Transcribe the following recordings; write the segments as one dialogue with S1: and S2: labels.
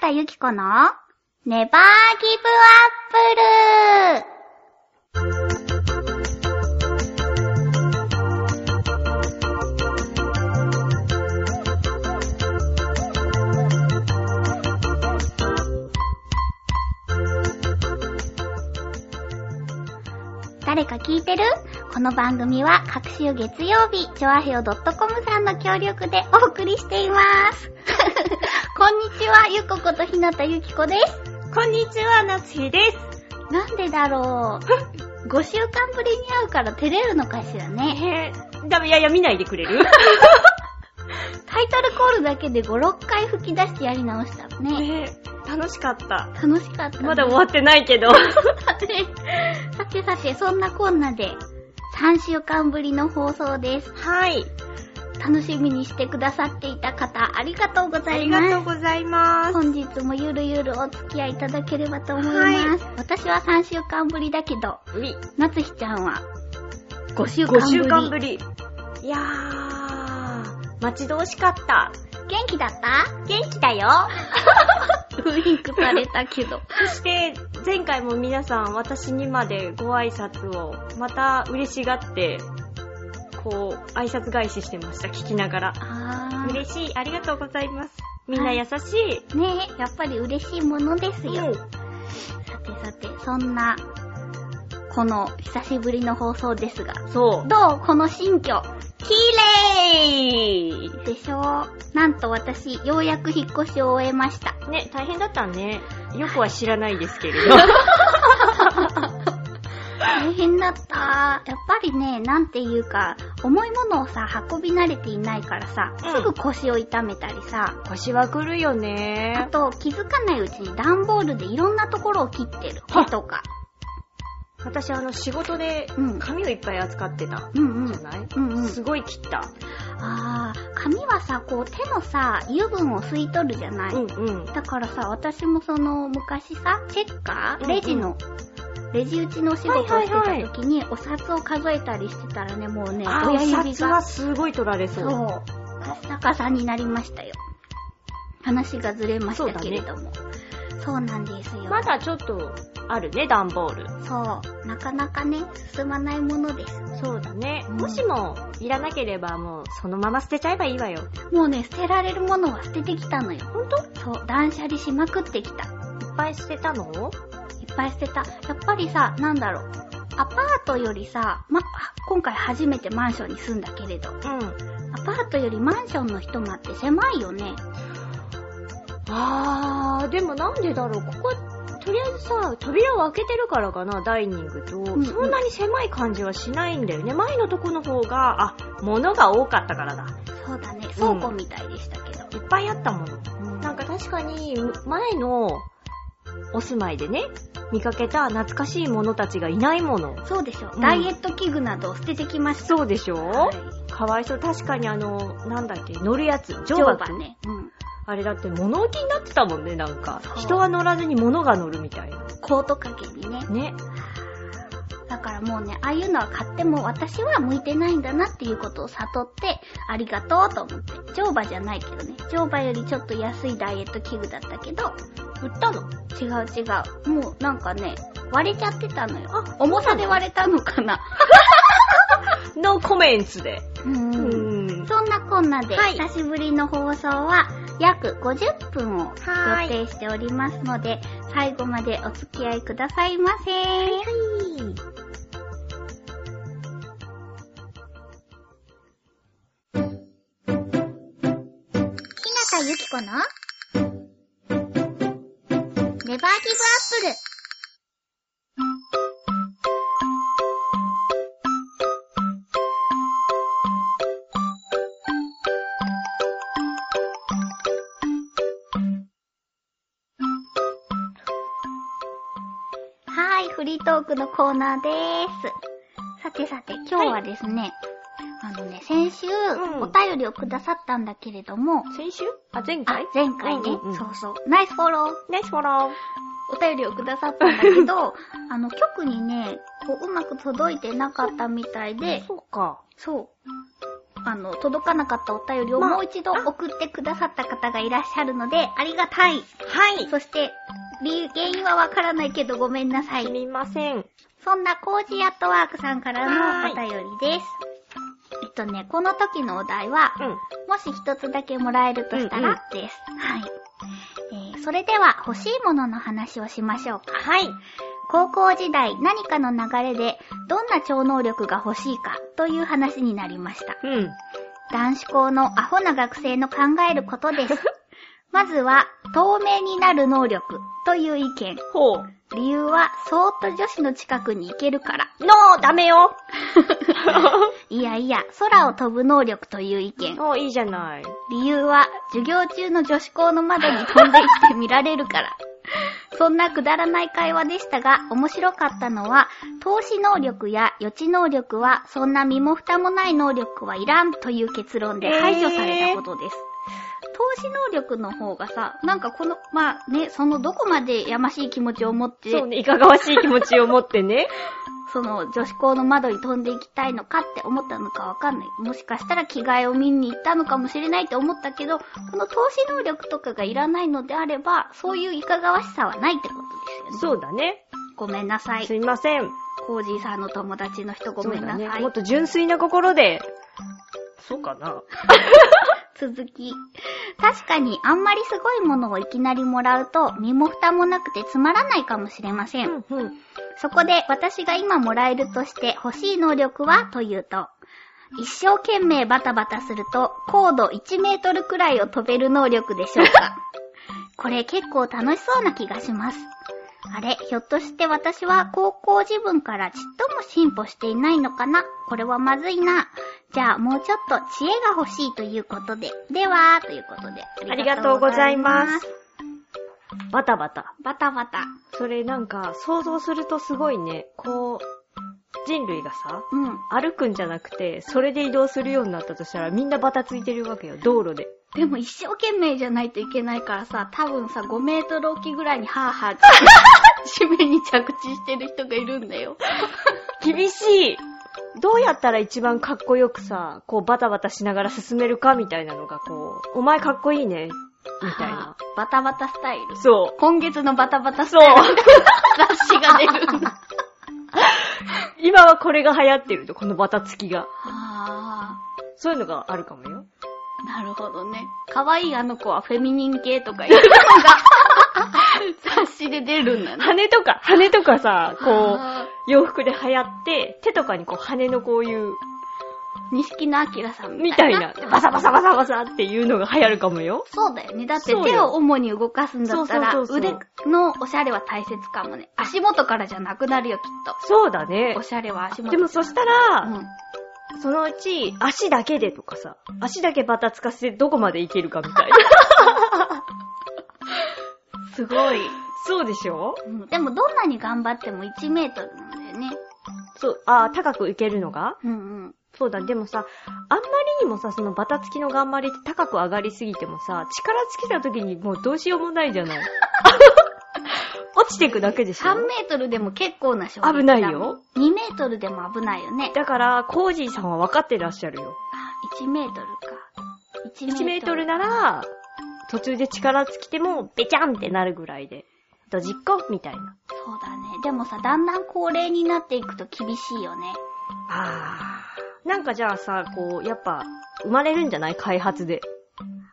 S1: 田ゆき子のネバーギブアップル誰か聞いてるこの番組は各週月曜日、ジョアヘオ .com さんの協力でお送りしています。 こんにちは、ゆこことひなたゆきこです。
S2: こんにちは、夏日です。
S1: なんでだろう。5週 間ぶりに会うから照れるのかしらね。
S2: えー、ダメ、いやいや、見ないでくれる
S1: タイトルコールだけで5、6回吹き出してやり直したの
S2: え
S1: ね。
S2: ー、楽しかった。
S1: 楽しかった、ね。
S2: まだ終わってないけど。
S1: さて、さてさて、そんなこんなで3週間ぶりの放送です。
S2: はい。
S1: 楽しみにしてくださっていた方、ありがとうござ
S2: あ
S1: い
S2: り
S1: ます
S2: が。とうございます。
S1: 本日もゆるゆるお付き合いいただければと思います。私は3週間ぶりだけど、
S2: うい、
S1: なつひちゃんは5週間ぶ
S2: 5
S1: り。
S2: 週間ぶり。いやー、待ち遠しかった。
S1: 元気だった元気だ よ。ウインクされたけど。
S2: そして、前回も皆さん、私にまでご挨拶を、また嬉しがって、こう、挨拶返ししてました、聞きながら。
S1: あー。
S2: 嬉しい、ありがとうございます。みんな優しい。
S1: ねえ、やっぱり嬉しいものですよ。
S2: うん
S1: さてさて、そんな、この久しぶりの放送ですが、
S2: そう。
S1: どうこの新居。綺
S2: イ
S1: 麗でしょなんと私、ようやく引っ越しを終えました。
S2: ね、大変だったね。よくは知らないですけれ ど。
S1: 大変だった。やっぱりね、なんていうか、重いものをさ、運び慣れていないからさ、
S2: うん
S1: すぐ腰を痛めたりさ、
S2: 腰はくるよ
S1: あ
S2: ね。
S1: と気づかないうちに段ボールでいろんなところを切ってる。
S2: は
S1: 手とか。
S2: 私あの仕事で
S1: うん
S2: 紙をいっぱい扱ってた。
S1: うんう
S2: じゃ
S1: ん。
S2: ない、
S1: うんうん。
S2: すごい切った。
S1: あー、紙はさ、こう手のさ、油分を吸い取るじゃない、
S2: うんうん。
S1: だからさ、私もその昔さ、チェッカ
S2: う
S1: ー
S2: んうん
S1: レジの、レジ打ちのお仕事をして
S2: はいはいは
S1: た
S2: い
S1: 時にお札を数えたりしてたらね、もうね、
S2: あ、お
S1: 親指
S2: 札
S1: が
S2: は。すごい取られそ。
S1: そうう。カッサカサになりましたよ。話がずれましたけれども。そう,、なんですよ。
S2: まだちょっとあるね、段ボール。
S1: そう。なかなかね、進まないものです。
S2: そうだね。
S1: うん
S2: もしもいらなければもうそのまま捨てちゃえばいいわよ。
S1: もうね、捨てられるものは捨ててきたのよ。ほんとそう。断捨離しまくってきた。
S2: いっぱい捨てたの
S1: いっぱい捨てた。やっぱりさ、なんだろう。アパートよりさ、ま、あ今回初めてマンションに住んだけれど、ア
S2: うん。
S1: パートよりマンションの一間って狭いよね。
S2: あー、でもなんでだろう。ここ、とりあえずさ、扉を開けてるからかな、ダイニングと。
S1: ん
S2: そんなに狭い感じはしないんだよね。前のとこの方が、あ、物が多かったからだ。
S1: そうだね、倉庫みたいでしたけど。
S2: いっぱいあったもの。
S1: うん
S2: なんか確かに、前のお住まいでね、見かけた懐かしいものたちがいないもの。
S1: そうでしょ、
S2: うん
S1: ダイエット器具などを捨ててきました。
S2: そうでしょ、
S1: はい
S2: かわいそう。確かにあの、なんだっけ、乗るやつ、乗
S1: 乗
S2: 馬
S1: 馬ね。うん。
S2: あれだって物置になってたもんね、なんか
S1: そう。
S2: 人は乗らずに物が乗るみたいな。
S1: コート掛けにね。
S2: ね。
S1: だからもうね、ああいうのは買っても私は向いてないんだなっていうことを悟って、ありがとうと思って。乗馬じゃないけどね。乗馬よりちょっと安いダイエット器具だったけど、
S2: 売ったの
S1: 違う違う。もうなんかね、割れちゃってたのよ。あ、重さで割れたのかな。
S2: のコメンツで。
S1: うーん。
S2: ん。
S1: そんなこんなで、
S2: はい
S1: 久しぶりの放送は約50分を予
S2: はい
S1: 定しておりますので、最後までお付き合いくださいませ。日向ゆき子のネバーギブアップル。はい、フリートークのコーナーでーす。さてさて、今日はですね、あのね、先週、
S2: ん
S1: お便りをくださったんだけれども、
S2: 先週あ、前
S1: あ
S2: 回、
S1: 前回ね、
S2: うんうんうん
S1: そうそう、ナイスフォロー
S2: ナイスフォロ
S1: お便りをくださったんだけ ど、あの、局にね、こう、うまく届いてなかったみたい
S2: ー。
S1: で、
S2: そうか。
S1: そう。あの、届かなかったお便りをもう一度
S2: まあ
S1: 送ってくださった方がいらっしゃるので、ありがたい。
S2: はい。
S1: そして、理由原因はわからないけどごめんなさ
S2: す
S1: い。
S2: みません。
S1: そんなコージーアットワークさんからのお
S2: は
S1: 便りです。えっとね、この時のお題は、
S2: うん。
S1: もし一つだけもらえるとした
S2: うんうん
S1: らです。はい。えーそれでは欲しいものの話をしましょうか。
S2: はい。
S1: 高校時代何かの流れでどんな超能力が欲しいかという話になりました。
S2: うん。
S1: 男子校のアホな学生の考えること です。まずは、透明になる能力という意見。
S2: ほう。
S1: 理由は、そーっと女子の近くに行けるから。
S2: ノーダメよ
S1: いやいや、空を飛ぶ能力という意見。
S2: お、いいじゃない。
S1: 理由は、授業中の女子校の窓に飛んでいって見られるから。 そんなくだらない会話でしたが、面白かったのは、投資能力や予知能力は、そんな身も蓋もない能力はいらんという結論で排除されたことです。投資能力の方がさ、なんかこの、まあね、そのどこまでやましい気持ちを持って、
S2: そうね、いかがわしい気持ちを持ってね。
S1: その女子校の窓に飛んでいきたいのかって思ったのかわかんない。もしかしたら着替えを見に行ったのかもしれないって思ったけど、この投資能力とかがいらないのであれば、そういういかがわしさはないってことですよね。
S2: そうだね。
S1: ごめんなさい
S2: す。いません。
S1: コージーさんの友達の人ごめんな
S2: そうだ
S1: さ
S2: ね。
S1: い。
S2: もっと純粋な心で。そうかな。
S1: 続き。確かにあんまりすごいものをいきなりもらうと、身も蓋もなくてつまらないかもしれません。
S2: うんうん。
S1: そこで私が今もらえるとして欲しい能力はというと、一生懸命バタバタすると高度1メートルくらいを飛べる能力でしょう か。これ結構楽しそうな気がします。あれ、ひょっとして私は高校自分からちっとも進歩していないのかなこれはまずいな。じゃあもうちょっと知恵が欲しいということで。では、ということで。
S2: ありがと
S1: ありがと
S2: うござい
S1: うございま
S2: ますす。バタバタ。
S1: バタバタ。
S2: それなんか、想像するとすごいね。こう、人類がさ、
S1: うん。
S2: 歩くんじゃなくて、それで移動するようになったとしたら、みんなバタついてるわけよ、道路で。
S1: でも一生懸命じゃないといけないからさ、多分さ、5メートルおきぐらいにハーハーって、地 面に着地してる人がいるんだよ。
S2: 厳しいどうやったら一番かっこよくさ、こうバタバタしながら進めるかみたいなのがこう、お前かっこいいね、みたい
S1: は
S2: な
S1: あ。。バタバタスタイル。
S2: そ
S1: 今月のバタバタ
S2: う。
S1: ス
S2: そ
S1: タ
S2: う。
S1: イル。雑誌が出るんだ。は
S2: 今はこれが流行ってると、このバタつきが。
S1: あ
S2: そういうのがあるかもよ。
S1: ー、なるほどね。可愛いあの子はフェミニン系とかいうのが、雑誌で出るんだね。
S2: 羽とか、羽とかさ、こ
S1: あ
S2: う、洋服で流行って、手とかにこう羽のこういう、
S1: ー。錦野明さんみ
S2: み
S1: た
S2: た
S1: い
S2: い
S1: な。
S2: な、 バサバサバサバサっていうのが流行るかもよ。
S1: そうだよね。だって
S2: そうよ
S1: 手を主に動かすんだったら、
S2: そうそうそうそう
S1: 腕のおしゃれは大切かもね。足元からじゃなくなるよ、きっ
S2: そうだね
S1: と。お。しゃれは足元。
S2: でもそした
S1: う
S2: ら、
S1: ん。
S2: そのうち、足だけでとかさ、足だけバタつかせてどこまでいけるかみたい な。
S1: すごい。
S2: そうでしょ
S1: うんでもどんなに頑張っても1メートルなんだよね。
S2: そう、あー高くいけるのが
S1: うんうん。
S2: そうだ、でもさ、あんまりにもさ、そのバタつきの頑張りって高く上がりすぎてもさ、力尽きた時にもうどうしようもないじゃない。 落ちていくだけでしょ
S1: 3メートルでも結構な衝撃だ
S2: 危ない。よ。
S1: 2メートルでも危ないよね。
S2: だから、コージーさんは分かってらっしゃるよ。
S1: あ1メートルか。1
S2: 1メートルなら、途中で力尽きても、べちゃんってなるぐらいで。ドジっ子みたいな。
S1: そうだね。でもさ、だんだん高齢になっていくと厳しいよね。
S2: あー。なんかじゃあさ、こう、やっぱ、生まれるんじゃない開発で。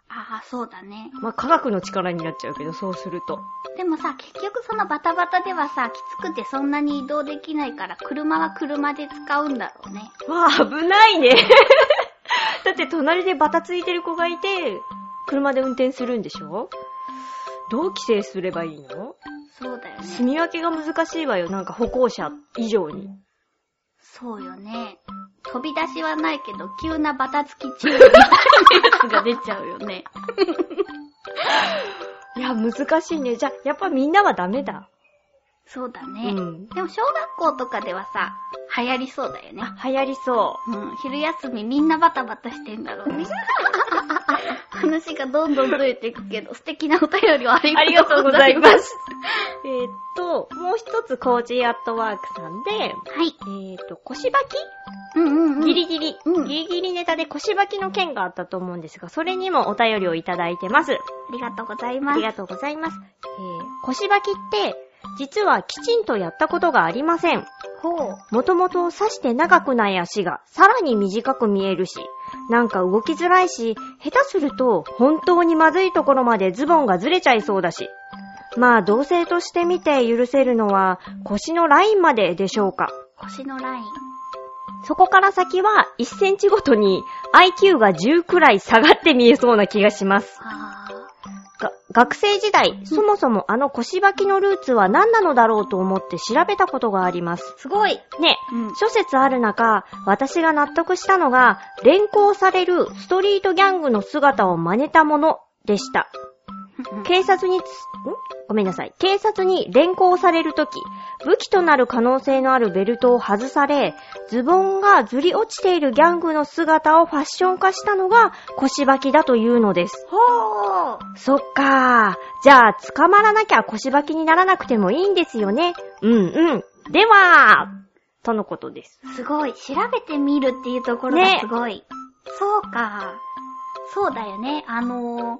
S1: ああ、そうだね。
S2: まあ、科学の力になっちゃうけど、そうすると。
S1: でもさ、結局そのバタバタではさ、きつくてそんなに移動できないから、車は車で使うんだろうね。
S2: わあ、危ないね。 だって隣でバタついてる子がいて、車で運転するんでしょどう規制すればいいの
S1: そうだよね。
S2: 住み分けが難しいわよ。なんか歩行者以上 に。
S1: そうよね。飛び出しはないけど、急なバタつき注意みたいなやつが出ちゃうよ ね。
S2: いや、難しいね。じゃあ、やっぱみんなはダメだ。
S1: そうだ
S2: う
S1: ね。
S2: ん。
S1: でも小学校とかではさ、流行りそうだよね。
S2: あ、流行りそ
S1: う ん、昼休みみんなバタバタしてんだろうね。話がどんどんずれていくけど、素敵なお便りをあり
S2: ありが
S1: がと
S2: とう
S1: うご
S2: ござ
S1: ざ
S2: い
S1: い
S2: ま
S1: ますす。。
S2: えーっと、もう一つ、コージーアットワークさんで、え
S1: はい。
S2: ーっと、腰ばき
S1: うんうんうん。
S2: ギリギリ、
S1: うん
S2: ギリギリネタで腰ばきの件があったと思うんですが、それにもお便りをいただいてます。
S1: ありがとうござい
S2: あ
S1: ます
S2: り。がとうございます。えー、腰ばきって、実はきちんとやったことがありません。
S1: ほう。
S2: もともと刺して長くない足がさらに短く見えるし、なんか動きづらいし、下手すると本当にまずいところまでズボンがずれちゃいそうだし。まあ、同性としてみて許せるのは腰のラインまででしょうか。
S1: 腰のライン。
S2: そこから先は1センチごとに IQ が10くらい下がって見えそうな気がします。
S1: あ
S2: が学生時代、そもそもあの腰履きのルーツは何なのだろうと思って調べたことがあります。
S1: ー。すごい。
S2: ね、
S1: うん。
S2: 諸説ある中、私が納得したのが、連行されるストリートギャングの姿を真似たものでした。警察につ、んごめんなさい。警察に連行されるとき、武器となる可能性のあるベルトを外され、ズボンがずり落ちているギャングの姿をファッション化したのが腰履きだというのです。
S1: ほう。
S2: そっかー。じゃあ、捕まらなきゃ腰履きにならなくてもいいんですよね。うんうん。では、とのことです。
S1: すごい。調べてみるっていうところ
S2: ね
S1: がすごい。そうか。そうだよね。あのー、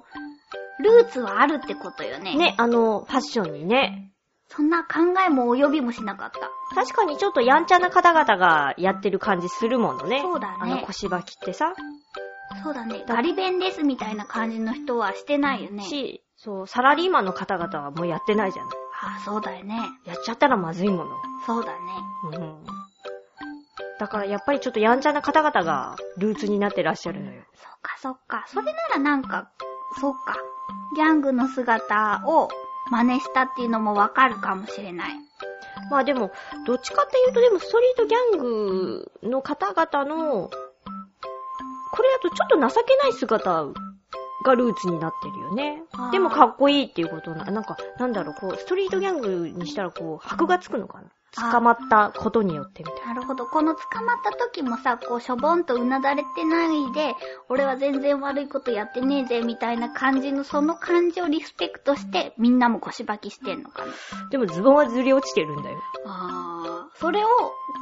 S1: ルーツはあるってことよね。。
S2: ね、あの、ファッションにね。
S1: そんな考えも及びもしなかった。
S2: 確かにちょっとやんちゃな方々がやってる感じするものね。
S1: そうだね
S2: あの腰ばきってさ。
S1: そうだね。ガリ弁ですみたいな感じの人はしてないよね。
S2: し、そう、サラリーマンの方々はもうやってないじゃない。
S1: あ、そうだよね。
S2: やっちゃったらまずいもの。
S1: そうだね。
S2: うん。だからやっぱりちょっとやんちゃな方々がルーツになってらっしゃるのよ。
S1: そっかそっか。それならなんか、そっか。ギャングの姿を真似したっていうのもわかるかもしれない。
S2: まあでも、どっちかっていうとでもストリートギャングの方々の、これだとちょっと情けない姿がルーツになってるよね
S1: あ。ー
S2: でもかっこいいっていうことな、なんか、なんだろう、こう、ストリートギャングにしたらこう、箔がつくのか
S1: あー
S2: な捕まったことによってみたいな。
S1: なるほど。この捕まった時もさ、こう、しょぼんとうなだれてないで、俺は全然悪いことやってねえぜ、みたいな感じの、その感じをリスペクトして、みんなも腰ばきしてんのかな。
S2: でもズボンはずり落ちてるんだよ。
S1: あー。それを、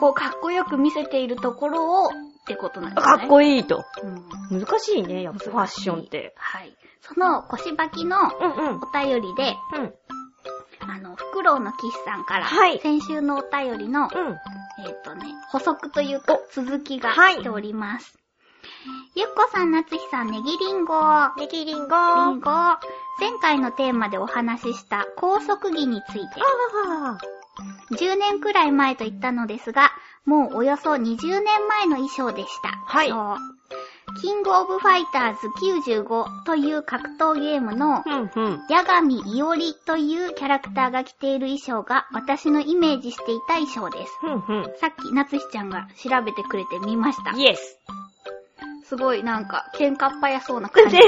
S1: こう、かっこよく見せているところを、ってことなんですね。
S2: かっこいいと。
S1: うん
S2: 難しいね、やっぱファッションって。
S1: はい。その腰ばきの
S2: うんう
S1: お
S2: ん。
S1: 便りで、
S2: うん。うん。
S1: あの、フクロウの騎士さんから、
S2: はい
S1: 先週のお便りの、えっ、とね、補足というか、続きが
S2: はい
S1: 来ております。ゆっこさん、なつひさん、ネギリンゴ。
S2: ネギリンゴ
S1: リンゴ。前回のテーマでお話しした高速儀について、
S2: あ
S1: 10年くらい前と言ったのですが、もうおよそ20年前の衣装でした。
S2: はい
S1: そうキングオブファイターズ95という格闘ゲームの
S2: あ。、うんうん。
S1: ヤガミイオリというキャラクターが着ている衣装が私のイメージしていた衣装です。
S2: うんうん。
S1: さっき、なつひちゃんが調べてくれてみました。
S2: イエス。
S1: すごいなんか、喧嘩っ早そうな 感じ。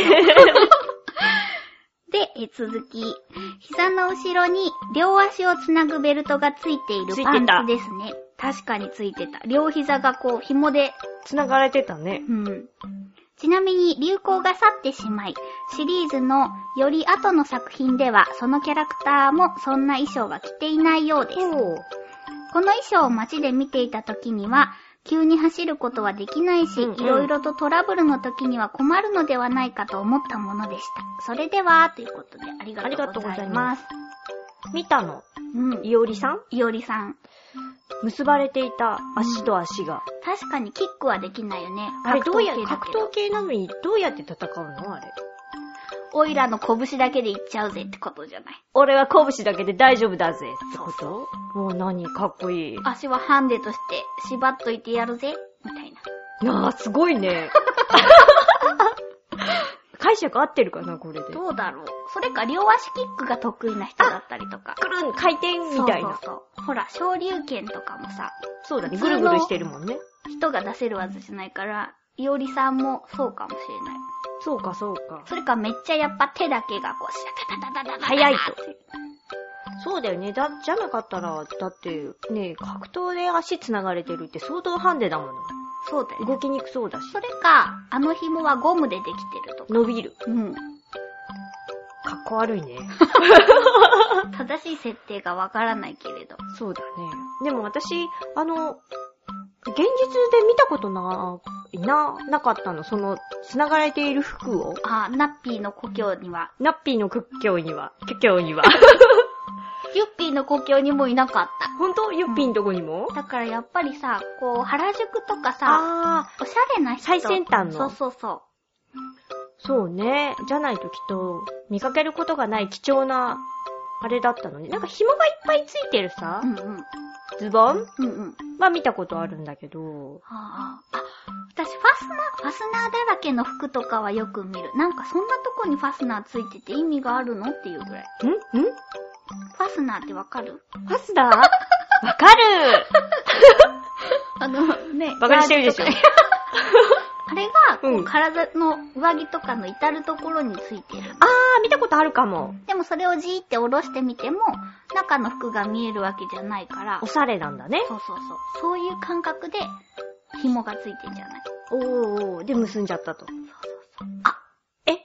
S1: で、え続き。膝の後ろに両足をつなぐベルトがついている
S2: ついて
S1: パン
S2: た
S1: ツですね。確かについてた。両膝がこう、紐で
S2: 繋がれてたね。
S1: うん。ちなみに流行が去ってしまい、シリーズのより後の作品ではそのキャラクターもそんな衣装は着ていないようです。
S2: おー
S1: この衣装を街で見ていた時には、急に走ることはできないし、
S2: うんうん
S1: いろいろとトラブルの時には困るのではないかと思ったものでした。それでは、ということでありがとうござ
S2: ありがとうござい
S1: い
S2: ま
S1: ますす。
S2: 見たの。
S1: うん。
S2: いおりさん
S1: いおりさん。
S2: 結ばれていた足と足が。
S1: 確かにキックはできないよね。
S2: あれどうや、
S1: 格闘系だ
S2: 格
S1: けど
S2: 闘系なのにどうやって戦うのあれ。
S1: オイラの拳だけでいっちゃうぜってことじゃない。
S2: 俺は拳だけで大丈夫だぜってこ
S1: そ
S2: ともう何かっこいい。
S1: 足はハンデとして縛っといてやるぜ、みたいな。
S2: なあ、すごい ね。解釈合ってるかなこれで。く
S1: どうだろう。それか両足キックが得意な人だったりとか。
S2: るん回転みたい
S1: そ
S2: な。
S1: うそうそう。ほら、昇竜拳とかもさ、
S2: そうだね。
S1: 普
S2: ぐ
S1: 通
S2: る
S1: の
S2: ぐるしてるもんね。
S1: 人が出せる技じゃないから、いおりさんもそうかもしれない。
S2: そうか、そうか。
S1: それかめっちゃやっぱ手だけがこう、シャタタタタタタ
S2: 早いと。そうだよね。だ、じゃなかったら、だって、ね、格闘で足繋がれてるって相当ハンデだもの。
S1: そうだよ、ね。
S2: 動きにくそうだし
S1: そ。れか、あの紐はゴムでできてるとか。
S2: 伸びる。
S1: うん。
S2: かっこ悪いね。
S1: 正しい設定がわからないけれど。
S2: そうだね。でも私、あの、現実で見たことないな、なかったの。その、繋がれている服を。
S1: あー、ナッピーの故郷には、
S2: ナッピーの屈強には、屈強 には。
S1: ユッピーの故郷にもいなかっ
S2: ほんとユッピーんとこにも、
S1: た。だからやっぱりさ、こう、原宿とかさ、
S2: あ
S1: おしゃれな人。
S2: 最先端の
S1: そうそうそう。
S2: ー、そうね。じゃないときっと、見かけることがない貴重な、あれだったのね。なんか紐がいっぱいついてるさ
S1: う、んうん。
S2: ズボン
S1: うんうん。
S2: は見たことあるんだけど、
S1: ああ、あ私、ファスナー、ファスナーだらけの服とかはよく見る。なんかそんなとこにファスナーついてて意味があるのっていうぐらい。
S2: んん
S1: ファスナーってわかる
S2: ファスだわかる
S1: あの、ね。
S2: バカにしてるでしょ
S1: ジャージとかあれが、こう
S2: うん
S1: 体の上着とかの至るところについてる。
S2: あー、見たことあるかも。
S1: でもそれをじーって下ろしてみても、中の服が見えるわけじゃないから
S2: お、しゃれなんだね。
S1: そうそうそう。そういう感覚で、紐がついてんじゃない
S2: おーおー、で結んじゃったと。
S1: あ、
S2: え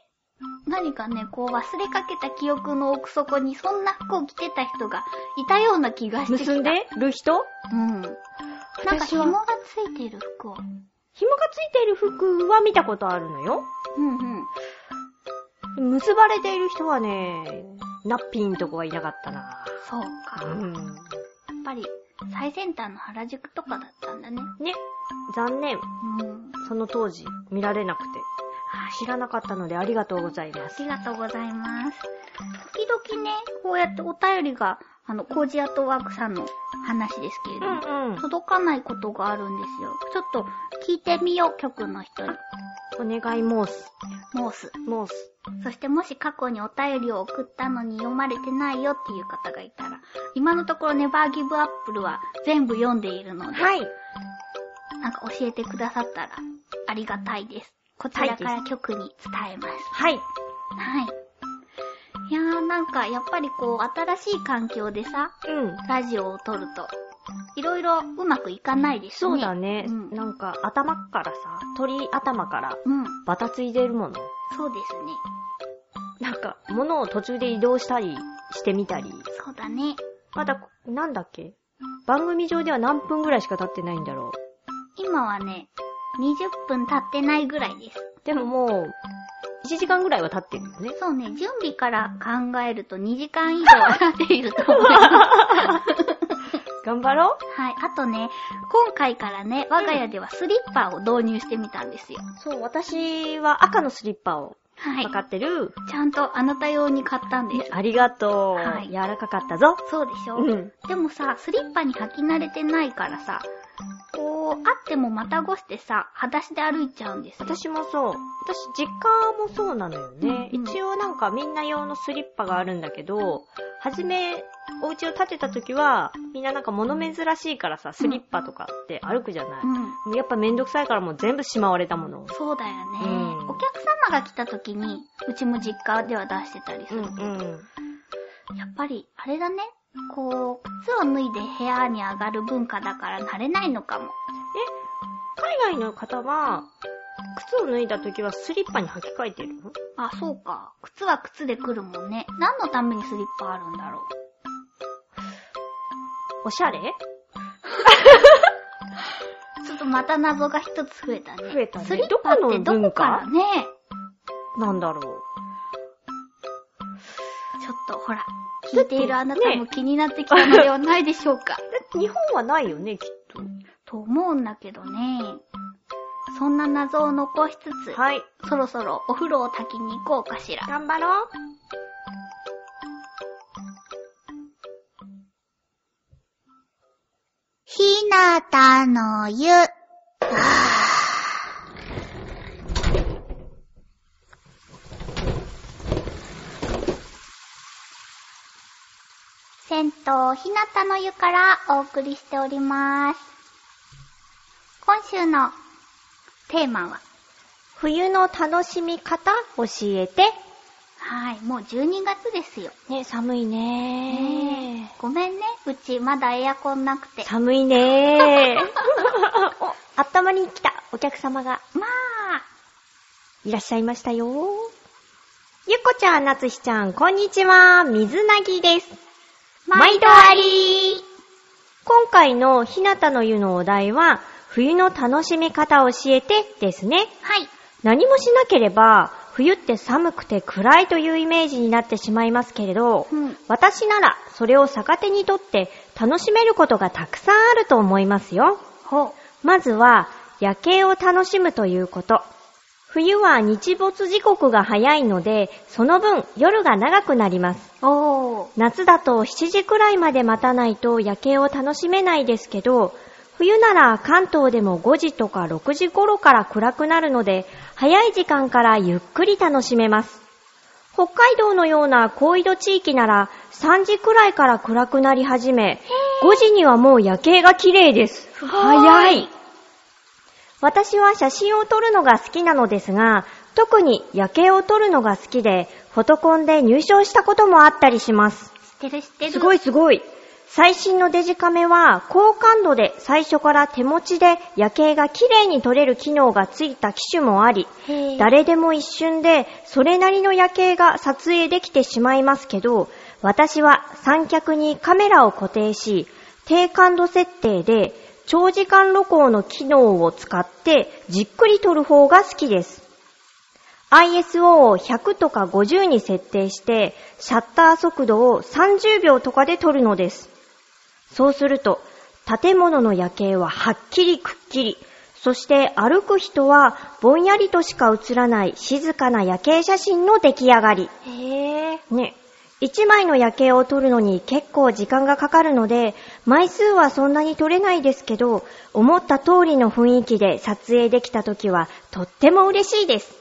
S1: 何かね、こう忘れかけた記憶の奥底にそんな服を着てた人がいたような気がしてきた。
S2: 結んでる人
S1: うん。なんか
S2: 私
S1: 紐
S2: は
S1: がついてる服を。
S2: 紐がついている服は見たことあるのよ。
S1: うんうん。
S2: 結ばれている人はね、ナッピンとこはいなかったな。
S1: そうか。やっ
S2: ん。
S1: ぱり、最先端の原宿とかだったんだね。
S2: ね、残念。
S1: うん。
S2: その当時、見られなくて。知らなかったのでありがとうございま
S1: あ
S2: す。
S1: りがとうございます。時々ね、こうやってお便りが、あの、コージアットワークさんの話ですけれ
S2: う
S1: ども、
S2: ん
S1: 届かないことがあるんですよ。ちょっと、聞いてみよう、局の人に。
S2: うん。お願い申す。
S1: モース。
S2: 申す。
S1: そしてもし過去にお便りを送ったのに読まれてないよっていう方がいたら、今のところネバーギブアップルは全部読んでいるので、
S2: はい。
S1: なんか教えてくださったらありがたいです。こちらから局に伝えます。
S2: はい。
S1: はい。いやーなんかやっぱりこう新しい環境でさ、
S2: うん。
S1: ラジオを撮ると、いろいろうまくいかないですね。
S2: そうだね。
S1: うん。
S2: なんか、頭からさ、鳥頭から、
S1: うん、
S2: バタついてるもの。
S1: そうですね。
S2: なんか、物を途中で移動したり、してみたり。
S1: そうだね。
S2: まだ、なんだっけ番組上では何分ぐらいしか経ってないんだろう。
S1: 今はね、20分経ってないぐらいです。
S2: でももう、1時間ぐらいは経ってるよね。
S1: そうね、準備から考えると2時間以上は経っていると思います。
S2: 頑張ろ
S1: はい。あとね、今回からね、我が家ではスリッパを導入してみたんですよ。
S2: う。そう、私は赤のスリッパを、
S1: はい
S2: わ。かってる。
S1: ちゃんとあなた用に買ったんです。
S2: ありがとう、
S1: はい
S2: 柔らかかったぞ。
S1: そうでしょ、
S2: うん。
S1: でもさ、スリッパに履き慣れてないからさ、こう、あってもまたごしてさ、裸足で歩いちゃうんですよ。
S2: 私もそう。私、実家もそうなのよね。
S1: うんうん
S2: 一応なんかみんな用のスリッパがあるんだけど、はじめ、お家を建てた時は、みんななんか物珍しいからさ、スリッパとかって歩くじゃない。
S1: うん。
S2: やっぱめんどくさいからもう全部しまわれたもの。
S1: そうだよね、
S2: うん
S1: お客様が来た時に、うちも実家では出してたりす
S2: うん
S1: る
S2: う
S1: けど、
S2: ん。
S1: やっぱり、あれだね。こう、靴を脱いで部屋に上がる文化だから慣れないのかも。
S2: 海外の方は、靴を脱いだ時はスリッパに履き替えてるの
S1: あ、そうか。靴は靴で来るもんね。何のためにスリッパあるんだろう。
S2: おしゃれ
S1: ちょっとまた謎が一つ増えたね。
S2: 増えたね
S1: スリッパってどこからね。
S2: なんだろ
S1: ちょっとほら、聞いているあなたも気になってきたのではないでしょうか。
S2: う。日本はないよね、きっ
S1: と思うんだけどね。そんな謎を残しつつ、
S2: と。はい。
S1: そろそろお風呂を炊きに行こうかしら。
S2: 頑張ろう。
S1: ひなたの湯。銭湯ひなたの湯からお送りしております。今週のテーマは、
S2: 冬の楽しみ方教えて。
S1: はい、もう12月ですよ。
S2: ね、寒いね
S1: ごめんね、うちまだエアコンなくて。
S2: 寒いねお、あったまりに来た。お客様が
S1: まあ、
S2: いらっしゃいましたよ。ゆっこちゃん、なつひちゃん、こんにちは。水なぎです。毎度あり今回のひなたの湯のお題は、冬の楽しみ方を教えてですね。
S1: はい。
S2: 何もしなければ、冬って寒くて暗いというイメージになってしまいますけれど、
S1: うん
S2: 私ならそれを逆手にとって楽しめることがたくさんあると思いますよ。まずは、夜景を楽しむということ。冬は日没時刻が早いので、その分夜が長くなります。
S1: おー。
S2: 夏だと7時くらいまで待たないと夜景を楽しめないですけど、冬なら関東でも5時とか6時頃から暗くなるので、早い時間からゆっくり楽しめます。北海道のような高緯度地域なら3時くらいから暗くなり始め、5時にはもう夜景が綺麗です。
S1: すごい
S2: 早い。私は写真を撮るのが好きなのですが、特に夜景を撮るのが好きで、フォトコンで入賞したこともあったりします。
S1: 知ってる知ってる。
S2: すごいすごい。最新のデジカメは高感度で最初から手持ちで夜景が綺麗に撮れる機能がついた機種もあり、
S1: へー
S2: 誰でも一瞬でそれなりの夜景が撮影できてしまいますけど、私は三脚にカメラを固定し、低感度設定で長時間露光の機能を使ってじっくり撮る方が好きです。ISO を100とか50に設定して、シャッター速度を30秒とかで撮るのです。そうすると、建物の夜景ははっきりくっきり、そして歩く人はぼんやりとしか映らない静かな夜景写真の出来上がり。
S1: へー。
S2: ね。一枚の夜景を撮るのに結構時間がかかるので、枚数はそんなに撮れないですけど、思った通りの雰囲気で撮影できた時はとっても嬉しいです。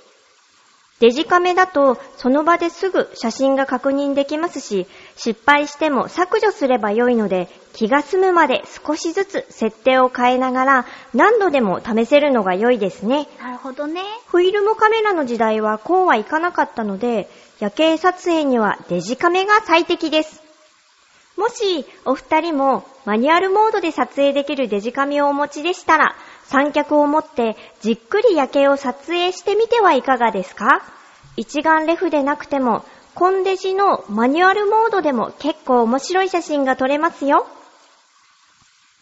S2: デジカメだとその場ですぐ写真が確認できますし、失敗しても削除すれば良いので、気が済むまで少しずつ設定を変えながら何度でも試せるのが良いですね。
S1: なるほどね。
S2: フィルムカメラの時代はこうはいかなかったので、夜景撮影にはデジカメが最適です。もし、お二人もマニュアルモードで撮影できるデジカメをお持ちでしたら、三脚を持ってじっくり夜景を撮影してみてはいかがですか一眼レフでなくても、コンデジのマニュアルモードでも結構面白い写真が撮れますよ。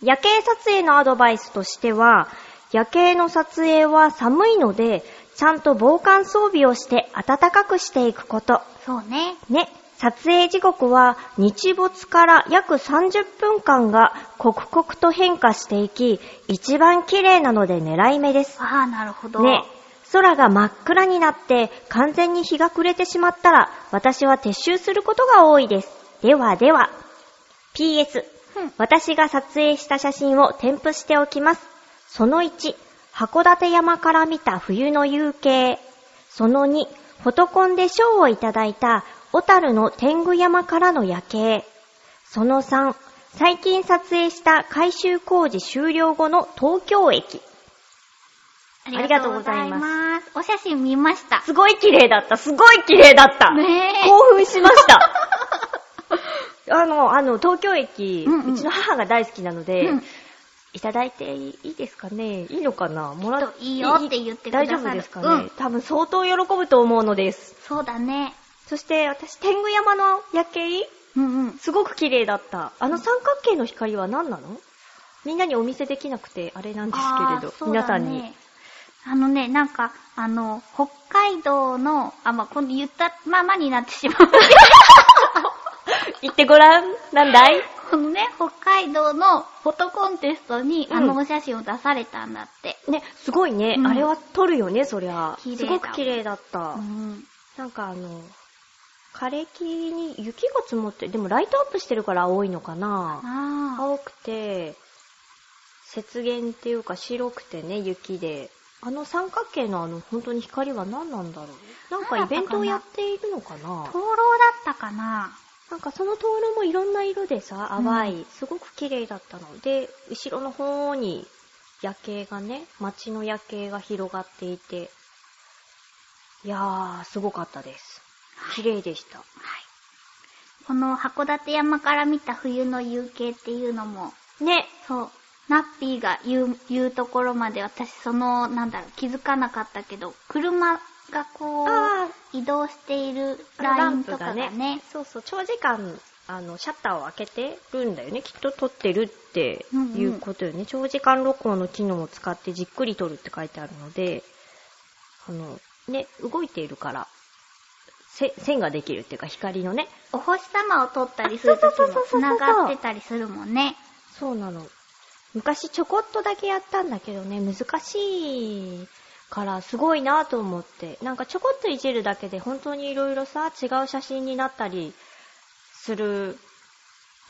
S2: 夜景撮影のアドバイスとしては、夜景の撮影は寒いので、ちゃんと防寒装備をして暖かくしていくこと。
S1: そうね。
S2: ね、撮影時刻は日没から約30分間が刻々と変化していき、一番綺麗なので狙い目です。
S1: ああ、なるほど。
S2: ね、空が真っ暗になって完全に日が暮れてしまったら私は撤収することが多いです。ではでは。PS、
S1: うん
S2: 私が撮影した写真を添付しておきます。その1、函館山から見た冬の夕景。その2、フォトコンで賞をいただいた小樽の天狗山からの夜景。その3、最近撮影した改修工事終了後の東京駅。
S1: ありがとうございます。お写真見ました。
S2: すごい綺麗だった。すごい綺麗だった。
S1: ねえ
S2: 興奮しま した。あの、あの、東京駅、
S1: うんうん
S2: うちの母が大好きなので、
S1: うん
S2: いただいていいですかねいいのかなもら
S1: きっといいよって言ってくださる
S2: 大丈夫ですかね、
S1: うん
S2: 多分相当喜ぶと思うのです。
S1: そうだね。
S2: そして私、天狗山の夜景、
S1: うんうん。
S2: すごく綺麗だった。あの三角形の光は何なのみんなにお見せできなくて、あれなんですけれど、
S1: あーそうだ
S2: 皆さんに
S1: ね。あのね、なんか、あの、北海道の、あ、まあ、今度言ったままになってしまう。
S2: 行ってごらん。なんだ い
S1: このね、北海道のフォトコンテストに、
S2: うん
S1: あのお写真を出されたんだって。
S2: ね、すごいね。
S1: うん
S2: あれは撮るよね、そりゃ。
S1: 綺麗
S2: す
S1: だ
S2: ごく綺麗だった。
S1: うん。
S2: なんかあの、枯れ木に雪が積もって、でもライトアップしてるから青いのかな
S1: あ
S2: 青くて、雪原っていうか白くてね、雪で。あの三角形のあの、本当に光は何なんだろうなんかイベントをやっているのか
S1: あ、
S2: な
S1: 灯籠だったかな
S2: なんかその灯籠もいろんな色でさ、淡い、すごく綺麗だったので、後ろの方に夜景がね、街の夜景が広がっていて、いやー、すごかったです。綺麗でした。
S1: はい。この函館山から見た冬の夕景っていうのも、
S2: ね、
S1: そう。ナッピーが言う、言うところまで私その、なんだろう、気づかなかったけど、車がこ
S2: あ
S1: う、移動しているラ
S2: ラ
S1: イ
S2: ン
S1: ン
S2: プ
S1: とかが
S2: が
S1: ね、
S2: ね。そうそう、長時間、あの、シャッターを開けてるんだよね。きっと撮ってるっていうことよね。長時間録音の機能を使ってじっくり撮るって書いてあるので、あの、ね、動いているから、せ線ができるっていうか光のね。
S1: お星様を撮ったりするとき
S2: あそうそうそうそう
S1: も
S2: そう
S1: 繋がってたりするもんね。
S2: そうなの。昔ちょこっとだけやったんだけどね、難しいからすごいなと思って。なんかちょこっといじるだけで本当に色々さ、違う写真になったりする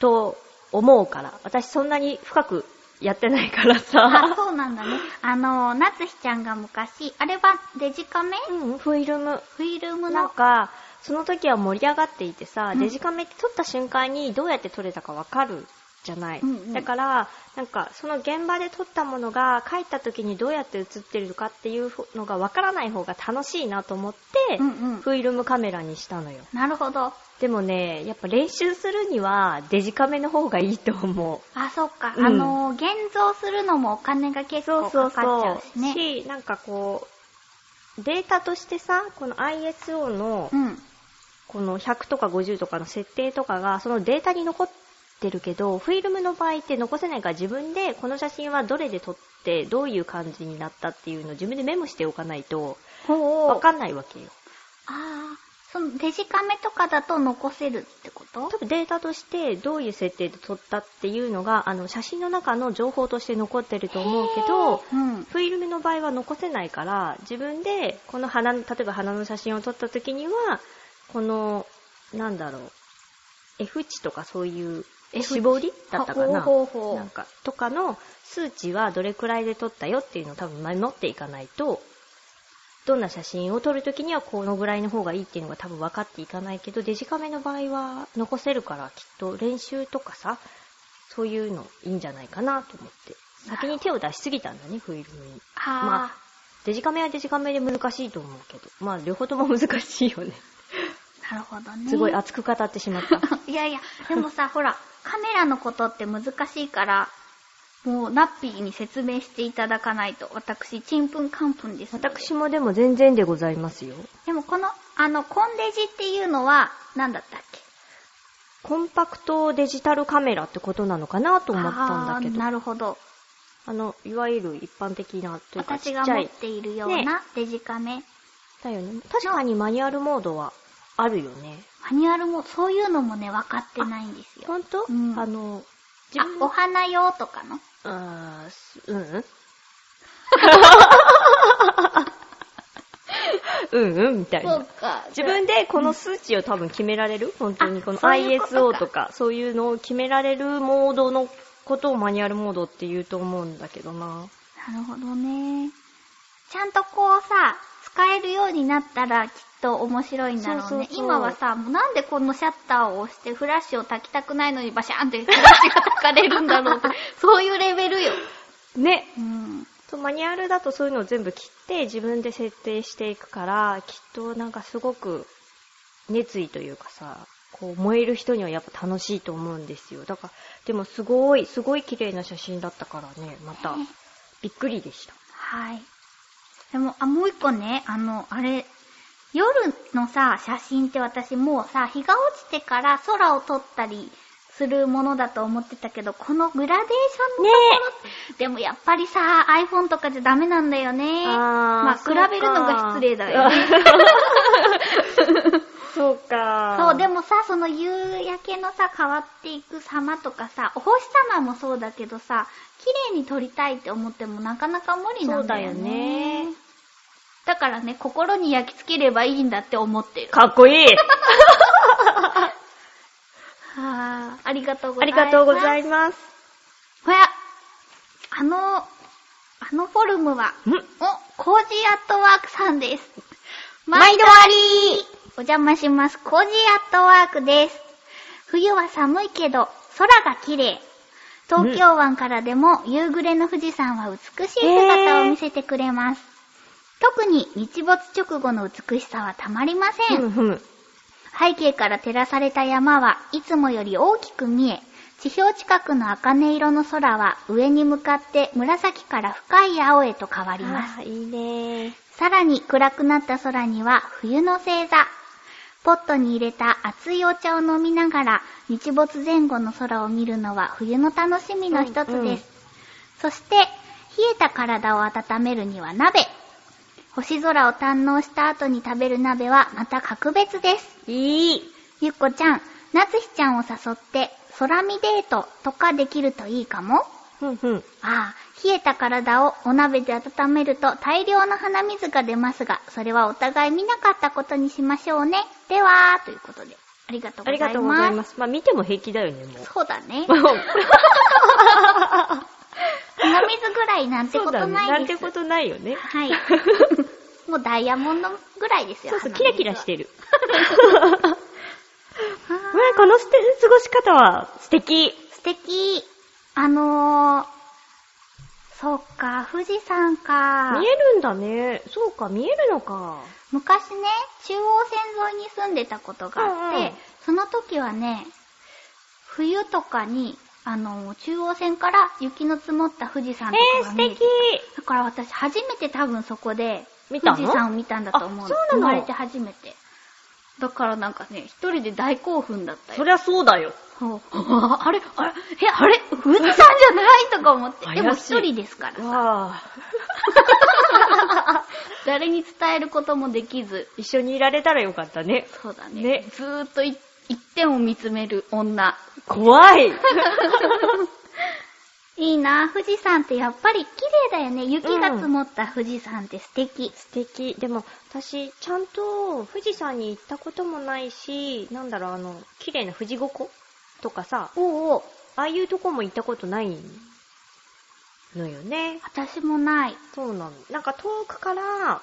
S2: と思うから。私そんなに深くやってないから
S1: あ、
S2: さ。
S1: そうなんだね。あの、なつひちゃんが昔、あれはデジカメ
S2: うん、フィルム。
S1: フィルム
S2: なん
S1: の、
S2: か、その時は盛り上がっていてさ、
S1: うん
S2: デジカメって撮った瞬間にどうやって撮れたかわかるじゃない、
S1: うんうん
S2: だから、なんか、その現場で撮ったものが帰った時にどうやって映ってるかっていうのがわからない方が楽しいなと思って、
S1: うんうん。
S2: フィルムカメラにしたのよ。
S1: なるほど。
S2: でもね、やっぱ練習するにはデジカメの方がいいと思う。
S1: あ、そっか。
S2: うん
S1: あの、現像するのもお金が結構かかっちゃうしね。
S2: し、なんかこう、データとしてさ、この ISO の、
S1: うん。
S2: この100とか50とかの設定とかがそのデータに残ってるけどフィルムの場合って残せないから自分でこの写真はどれで撮ってどういう感じになったっていうのを自分でメモしておかないと
S1: ほ
S2: わかんないわけよ
S1: あー、そのデジカメとかだと残せるってこと
S2: 多分データとしてどういう設定で撮ったっていうのがあの写真の中の情報として残ってると思うけど
S1: うん。
S2: フィルムの場合は残せないから自分でこの花の例えば花の写真を撮った時にはこのなんだろう F 値とかそういうえ
S1: F 値
S2: 絞りだったかな
S1: ほうほうほ
S2: なん
S1: う。
S2: かとかの数値はどれくらいで撮ったよっていうのを多分メモっていかないとどんな写真を撮るときにはこのぐらいの方がいいっていうのが多分分かっていかないけどデジカメの場合は残せるからきっと練習とかさそういうのいいんじゃないかなと思って先に手を出しすぎたんだねフィルムに
S1: あ
S2: まあデジカメはデジカメで難しいと思うけどまあ両方とも難しいよね
S1: ー、なるほどね。
S2: すごい熱く語ってしまった
S1: いやいや、でも さ、ほら、カメラのことって難しいから、もう、ナッピーに説明していただかないと、私、ちんぷんかんぷんです。。
S2: 私もでも全然でございますよ
S1: でも、この、あの、コンデジっていうのは、なんだったっけ
S2: コンパクトデジタルカメラってことなのかなと思った
S1: あ
S2: んだけ
S1: ー
S2: ど、あ
S1: なるほど。
S2: の、いわゆる一般的なというか、ち
S1: 私
S2: っ
S1: が
S2: ちゃ
S1: 持っ
S2: い。
S1: ているようなデジカメ。
S2: だよね。確かにマニュアルモードはあるよね。
S1: マニュアルも、そういうのもね、分かってないんですよ。
S2: ほんと、
S1: うん
S2: あの、
S1: あ、お花用とかの
S2: あーす うんうん。うんうん、みたいな。
S1: か
S2: 自分でこの数値を多分決められる本当に
S1: あ
S2: この
S1: そういうことか
S2: ISO とかそういうのを決められるモードのことをマニュアルモードって言うと思うんだけどな。
S1: なるほどね。ちゃんとこうさ、使えるようになったらきっと面白いんだろうね。
S2: そうそうそう
S1: 今はさ、もうなんでこのシャッターを押してフラッシュを焚きたくないのにバシャンってフラッシュが焚かれるんだ ろうって、そういうレベルよ。
S2: ね。
S1: うん。
S2: とマニュアルだとそういうのを全部切って自分で設定していくからきっとなんかすごく熱意というかさこう燃える人にはやっぱ楽しいと思うんですよだからでもすごいすごい綺麗な写真だったからねまた
S1: ね
S2: びっくりでした
S1: はい。でも、あ、もう一個ね、あの、あれ、夜のさ、写真って私もうさ、日が落ちてから空を撮ったりするものだと思ってたけど、このグラデーションのところって、でもやっぱりさ、iPhone とかじゃダメなんだよね。まあ、
S2: あ
S1: 比べるのが失礼だよね。
S2: そうか
S1: そう、で
S2: も
S1: もさ、その夕焼けのさ、変わっていく様とかさ、お星様もそうだけどさ、綺麗に撮りたいって思ってもなかなか無理なんだよね。
S2: そうだよね
S1: だからね、心に焼き付ければいいんだって思ってる。
S2: かっこいい
S1: はぁ、ありがとうご
S2: あ
S1: ざい
S2: り
S1: ます。
S2: がとうございます
S1: ほや、あの、あのフォルムは、
S2: ん
S1: お、コージーアットワークさんです。
S2: 毎度あり
S1: お邪魔します。コージーアットワークです。冬は寒いけど、空が綺麗。東京湾からでも夕暮れの富士山は美しい姿を見せてくれます。特に日没直後の美しさはたまりませ
S2: ふ
S1: ん
S2: む。ふむ
S1: 背景から照らされた山はいつもより大きく見え、地表近くの茜色の空は上に向かって紫から深い青へと変わります。
S2: あーいいね
S1: さらに暗くなった空には冬の星座。ポットに入れた熱いお茶を飲みながら日没前後の空を見るのは冬の楽しみの一つです。
S2: うんうん
S1: そして、冷えた体を温めるには鍋。星空を堪能した後に食べる鍋はまた格別です。
S2: いい。
S1: ゆっこちゃん、なつひちゃんを誘って空見デートとかできるといいかも。
S2: ふんふん。
S1: ああ、冷えた体をお鍋で温めると大量の鼻水が出ますが、それはお互い見なかったことにしましょうね。では、ということで。ありがとうござ
S2: あり
S1: います。
S2: がとうございます。まあ見ても平気だよね、もう。
S1: そうだ ね。
S2: そ
S1: 鼻水ぐらいなんてこ
S2: うだ
S1: と
S2: ね。
S1: な
S2: ないん
S1: で
S2: て
S1: す。
S2: ことないよね。
S1: はい。もうダイヤモンドぐらいですよ。
S2: そうそう、キラキラして
S1: る。
S2: る。
S1: はあ
S2: うわ、このすて過ごし方は素敵。
S1: 素敵。あのー、そっか、富士山か。
S2: 見えるんだね。そうか、見えるのか。
S1: 昔ね、中央線沿いに住んでたことがあって、
S2: うんうん
S1: その時はね、冬とかに、あの、中央線から雪の積もった富士山と
S2: えー、
S1: かが
S2: 素
S1: 見えて、
S2: 敵。
S1: だから私初めて多分そこで、
S2: 見
S1: 富
S2: たの
S1: 士山を見たんだと思うの
S2: あそうなの
S1: 生まれて初めて。だからなんかね、一人で大興奮だったよ。
S2: そりゃそうだよ。
S1: そう ああれあれえ、あれ 富士山じゃないとか思って。でも
S2: 怪しい
S1: 一人ですからさ。
S2: わあ、
S1: 誰に伝えることもできず。
S2: 一緒にいられたらよかったね。
S1: そうだね。
S2: ね
S1: ずーっとい一点を見つめる女。
S2: 怖い。
S1: いいなぁ富士山ってやっぱり綺麗だよね。雪が積もった富士山って素敵。
S2: 素敵。でも、私、ちゃんと富士山に行ったこともないし、なんだろう、あの、綺麗な富士五湖とかさ、
S1: おうおう、
S2: ああいうとこも行ったことないのよね。
S1: 私もない。
S2: そうなの。なんか遠くから、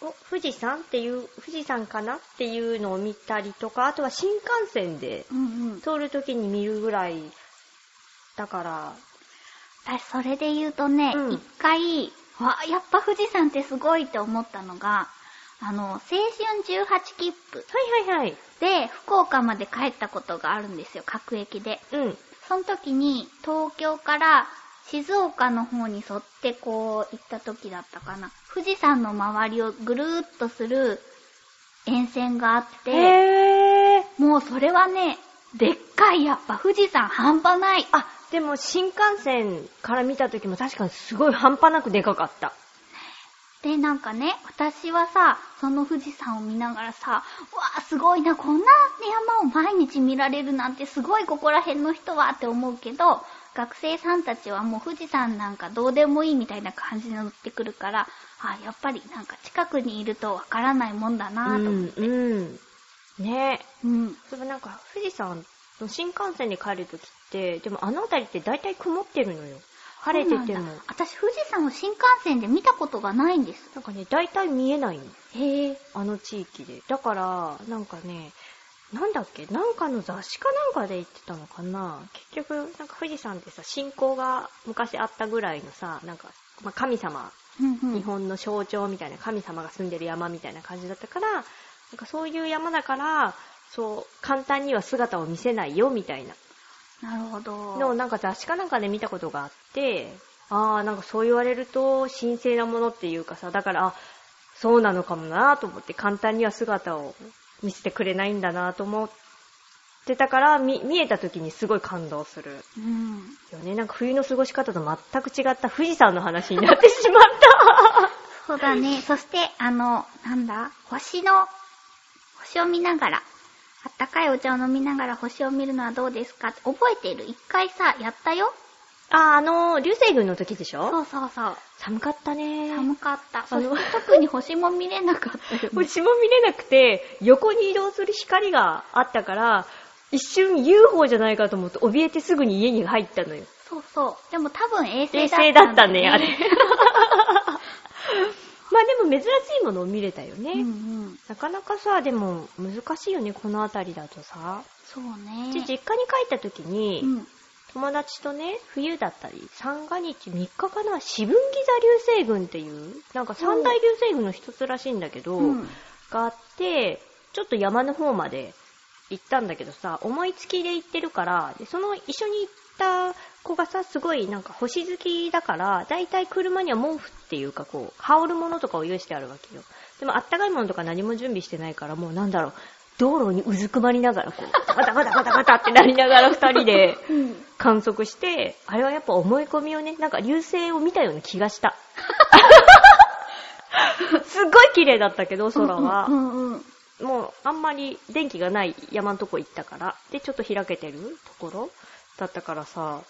S2: お、富士山っていう、富士山かなっていうのを見たりとか、あとは新幹線で
S1: うんうん。
S2: 通るときに見るぐらい、だから、
S1: 私それで言うとね、一、
S2: うん
S1: 回、わあ、やっぱ富士山ってすごいって思ったのが、あの、青春18切符
S2: はいはいはい。
S1: で福岡まで帰ったことがあるんですよ、各駅で。
S2: うん。
S1: その時に東京から静岡の方に沿ってこう行った時だったかな。富士山の周りをぐるーっとする沿線があって、
S2: へー。
S1: もうそれはね、でっかいやっぱ富士山半端ない。
S2: あ、でも新幹線から見た時も確かにすごい半端なくでかかった。
S1: で、なんかね、私はさ、その富士山を見ながらさ、うわあすごいな、こんな山を毎日見られるなんてすごいここら辺の人はって思うけど、学生さんたちはもう富士山なんかどうでもいいみたいな感じに乗ってくるから、あやっぱりなんか近くにいるとわからないもんだなぁと思って。
S2: うん、うん。ねえ。
S1: うん。
S2: それなんか、富士山の新幹線で帰るときって、でもあの辺りって大体曇ってるのよ。晴れてて
S1: そうな
S2: も。
S1: ん
S2: な
S1: だ
S2: ん
S1: 私富士山を新幹線で見たことがないんです。
S2: かね、大体見えないの。
S1: へえ。
S2: あの地域で。だから、なんかね、なんだっけ、なんかの雑誌かなんかで言ってたのかな結局、なんか富士山ってさ、信仰が昔あったぐらいのさ、なんか、まあ、神様
S1: うんうん。
S2: 日本の象徴みたいな神様が住んでる山みたいな感じだったからなんかそういう山だからそう簡単には姿を見せないよみたいな
S1: なるほど。
S2: のをなんか雑誌かなんかで見たことがあってああなんかそう言われると神聖なものっていうかさだからあそうなのかもなと思って簡単には姿を見せてくれないんだなと思ってたから見見えた時にすごい感動する
S1: うん。
S2: よねなんか冬の過ごし方と全く違った富士山の話になってしまった
S1: そうだね。そして、あの、なんだ、星の、星を見ながら、あったかいお茶を飲みながら星を見るのはどうですかって覚えている。一回さ、やったよ。
S2: あ、あのー、流星群の時でしょ
S1: そうそうそう。
S2: 寒かったね。
S1: 寒かった。そ
S2: あの
S1: して特に星も見れなかったよ ね。
S2: 星も見れなくて、横に移動する光があったから、一瞬 UFO じゃないかと思って怯えてすぐに家に入ったのよ。
S1: そうそう。でも多分衛星だ
S2: 冷
S1: った、ね。
S2: 静だったね、 あれ。まあでも珍しいものを見れたよね。
S1: うんうん。
S2: なかなかさ、でも難しいよね、この辺りだとさ。
S1: そうね。
S2: うち実家に帰った時に、
S1: うん。
S2: 友達とね、冬だったり、三が日、3日かな、四分ギザ流星群っていう、なんか三大流星群の一つらしいんだけど、
S1: うん。
S2: があって、ちょっと山の方まで行ったんだけどさ、思いつきで行ってるから、でその一緒に行った子がさ、すごいなんか星好きだから、だいたい車には毛布っていうかこう、羽織るものとかを用意してあるわけよ。でもあったかいものとか何も準備してないから、もうなんだろう、道路にうずくまりながらこう、ガタガタガタガタってなりながら二人で
S1: うん。
S2: 観測して、あれはやっぱ思い込みをね、なんか流星を見たような気が した。すっごい綺麗だったけど、空は
S1: う。んうんうん。
S2: もうあんまり電気がない山のとこ行ったから、で、ちょっと開けてるところだったからさ、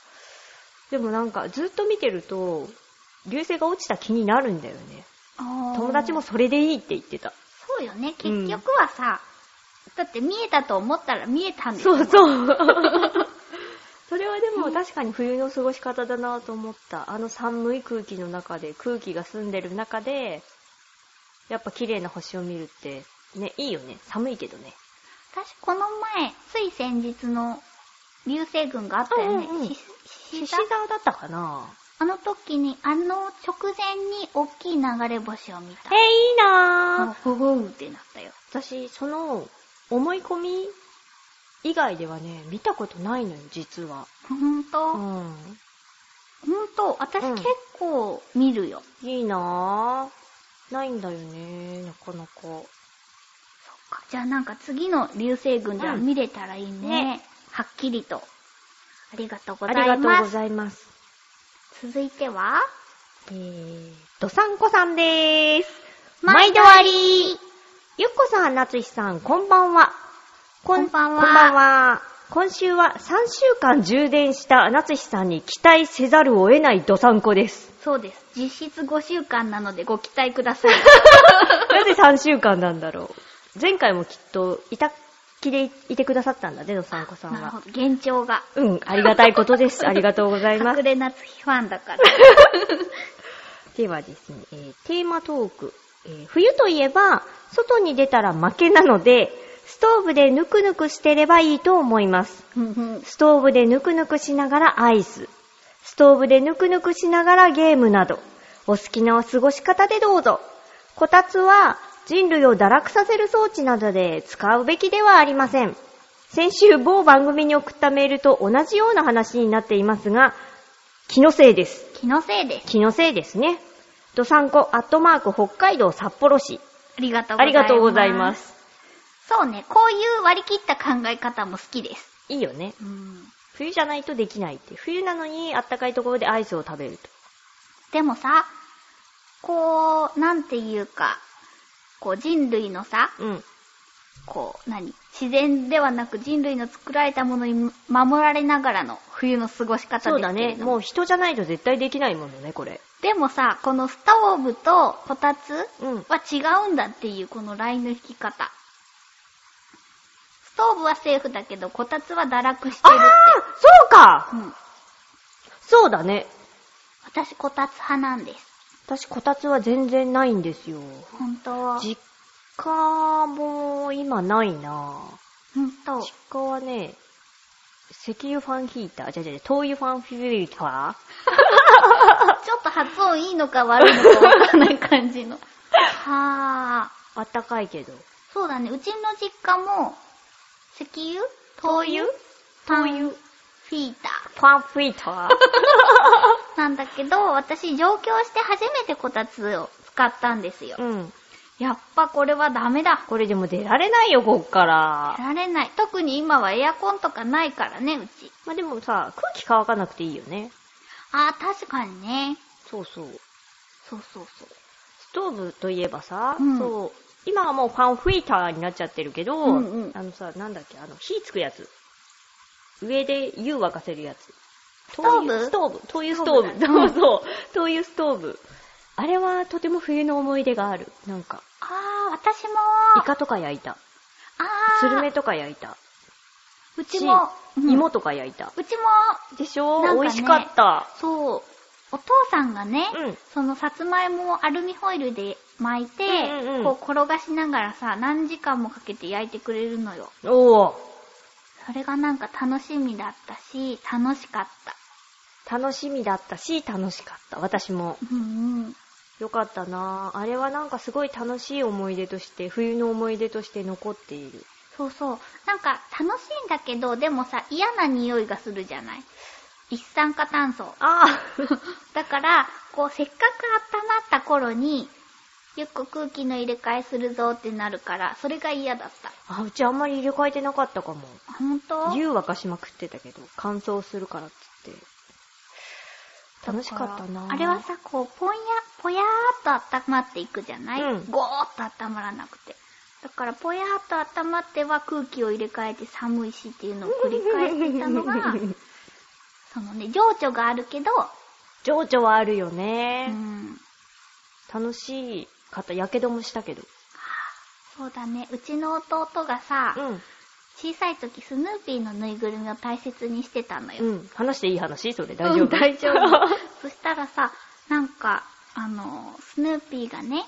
S2: でもなんかずっと見てると、流星が落ちた気になるんだよね。
S1: あー
S2: 友達もそれでいいって言ってた。
S1: そうよね、結局はさ、だって見えたと思ったら見えたんです
S2: そ
S1: よ。
S2: うそう。 それはでも確かに冬の過ごし方だなと思った。あの寒い空気の中で、空気が澄んでる中で、やっぱ綺麗な星を見るって、ね、いいよね。寒いけどね。
S1: 私、この前、つい先日の流星群があったよね。
S2: うんうんうん
S1: しし
S2: 獅
S1: し
S2: 子沢だったかな
S1: あの時に、あの直前に大きい流れ星を見た
S2: え、。いいな
S1: もうふぐんってなったよ。
S2: 私、その、思い込み以外ではね、見たことないのよ、実は。
S1: ほん
S2: う
S1: と、
S2: ん。
S1: ほんと、私
S2: うん
S1: 結構見るよ。
S2: いいなぁ。ないんだよね、なかなか。
S1: じゃあなんか次の流星群では見れたらいいね。
S2: うんね
S1: はっきりと。ありがとうご
S2: あ
S1: ざい
S2: り
S1: ます。
S2: がとうございます。
S1: 続いては、
S2: えー、どさんこさんでーす。
S1: 毎
S2: 毎
S1: 度
S2: 度
S1: あ
S2: あ
S1: り
S2: ゆっこさん、なつひさん、こんばんは。
S1: こんばんは
S2: こんばんは。今週は3週間充電したなつひさんに期待せざるを得ないどさんこ です。
S1: そうです。実質5週間なのでご期待くだ さい。
S2: なぜ3週間なんだろう。前回もきっと、いたきでいてくださったんだね、どさんこさん
S1: なるほ
S2: は。
S1: ど。幻聴が。
S2: うん、ありがたいことです。ありがとうございます
S1: 隠。れ夏日ファンだから。
S2: ではですね、えーテーマトーク、えー冬といえば、外に出たら負けなので、ストーブでぬくぬくしてればいいと思います。
S1: うんうん
S2: ストーブでぬくぬくしながらアイス。ストーブでぬくぬくしながらゲームなど。お好きなお過ごし方でどうぞ。こたつは人類を堕落させる装置などで使うべきではありません。先週某番組に送ったメールと同じような話になっていますが、気のせいです。
S1: 気のせいです。
S2: 気のせいですね。ドサンコアットマーク北海道札幌市。
S1: ありがとうございます。
S2: ありがとうございま。す。
S1: そうね、こういう割り切った考え方も好きです。
S2: いいよね。
S1: うん
S2: 冬じゃないとできないって。冬なのにあったかいところでアイスを食べると。
S1: でもさ、こう、なんていうか、こう人類のさ、
S2: うん。
S1: こう、何自然ではなく人類の作られたものに守られながらの冬の過ごし方
S2: そう
S1: で
S2: だ
S1: すけれ
S2: ね。
S1: ども。
S2: もう人じゃないと絶対できないものね、これ。
S1: でもさ、このストーブとこたつ
S2: うん。
S1: は違うんだっていう、このラインの引き方。ストーブはセーフだけど、こたつは堕落して
S2: あ
S1: る
S2: ーそう
S1: って。
S2: か
S1: うん。
S2: そうだね。
S1: 私、こたつ派なんです。
S2: 私、こたつは全然ないんですよ。
S1: 本当
S2: 実家も今ないなぁ。
S1: 本当
S2: 実家はね、石油ファンヒーター、じゃじゃじゃ、灯油ファンヒーター
S1: ちょっと発音いいのか悪いのかわかんない感じ の。はぁ。
S2: あったかいけど。
S1: そうだね、うちの実家も、石油灯油
S2: 灯油
S1: フィータ
S2: ファンフィーター
S1: ー。なんだけど、私上京して初めてこたつを使ったんですよ。
S2: うん。
S1: やっぱこれはダメだ。
S2: これでも出られないよ、こっから。
S1: やられない。特に今はエアコンとかないからね、うち。
S2: まあ、でもさ、空気乾かなくていいよね。
S1: あー、確かにね。
S2: そうそう。
S1: そうそうそう。
S2: ストーブといえばさ、
S1: うん
S2: そう、今はもうファンフィーターになっちゃってるけど、
S1: うんうん
S2: あのさ、なんだっけ、あの、火つくやつ。上で湯沸かせるやつ。ス
S1: トーブ
S2: ストーブ。灯油ストー
S1: ス
S2: ブ。
S1: トーブ
S2: そうそう。灯油ストーブ。あれはとても冬の思い出がある。なんか、
S1: あー、私も
S2: イカとか焼いた。
S1: あ
S2: スル
S1: ー、
S2: メとか焼いた。
S1: うちも、うん
S2: 芋とか焼いた。
S1: うちも、
S2: でしょ、
S1: なんかね
S2: 美味しかった。
S1: そう、お父さんがね、
S2: うん
S1: そのさつまいもをアルミホイルで巻いて、
S2: うんうんうん
S1: こう転がしながらさ、何時間もかけて焼いてくれるのよ。
S2: おお
S1: それがなんか楽しみだったし、楽しかった。
S2: 楽しみだったし、楽しかった。私も。
S1: うんうん。
S2: よかったなぁあれはなんかすごい楽しい思い出として、冬の思い出として残っている。
S1: そうそう。なんか楽しいんだけど、でもさ、嫌な匂いがするじゃない一酸化炭 素。
S2: あ
S1: だから、こう、せっかく温まった頃に、よく空気の入れ替えするぞってなるから、それが嫌だった。
S2: あ。あ、うちあんまり入れ替えてなかったかも。
S1: あほんと
S2: 湯沸かしまくってたけど、乾燥するからっつって。楽しかったなぁ
S1: あれはさ、こう、ぽんや、ぽやーっと温まっていくじゃない、
S2: うん
S1: ゴーっと温まらなくて。だから、ぽやーっと温まっては空気を入れ替えて寒いしっていうのを繰り返してたのが、そのね、情緒があるけど、
S2: 情緒はあるよ
S1: う
S2: ね。
S1: ん、
S2: 楽しかった。やけどもしたけど。
S1: そうだね、うちの弟がさ、
S2: うん。
S1: 小さい時スヌーピーのぬいぐるみを大切にしてたのよ。
S2: うん。話していい話それ大丈
S1: う
S2: 夫、
S1: ん大 丈
S2: うん。
S1: 夫。そしたらさ、なんか、あの、スヌーピーがね、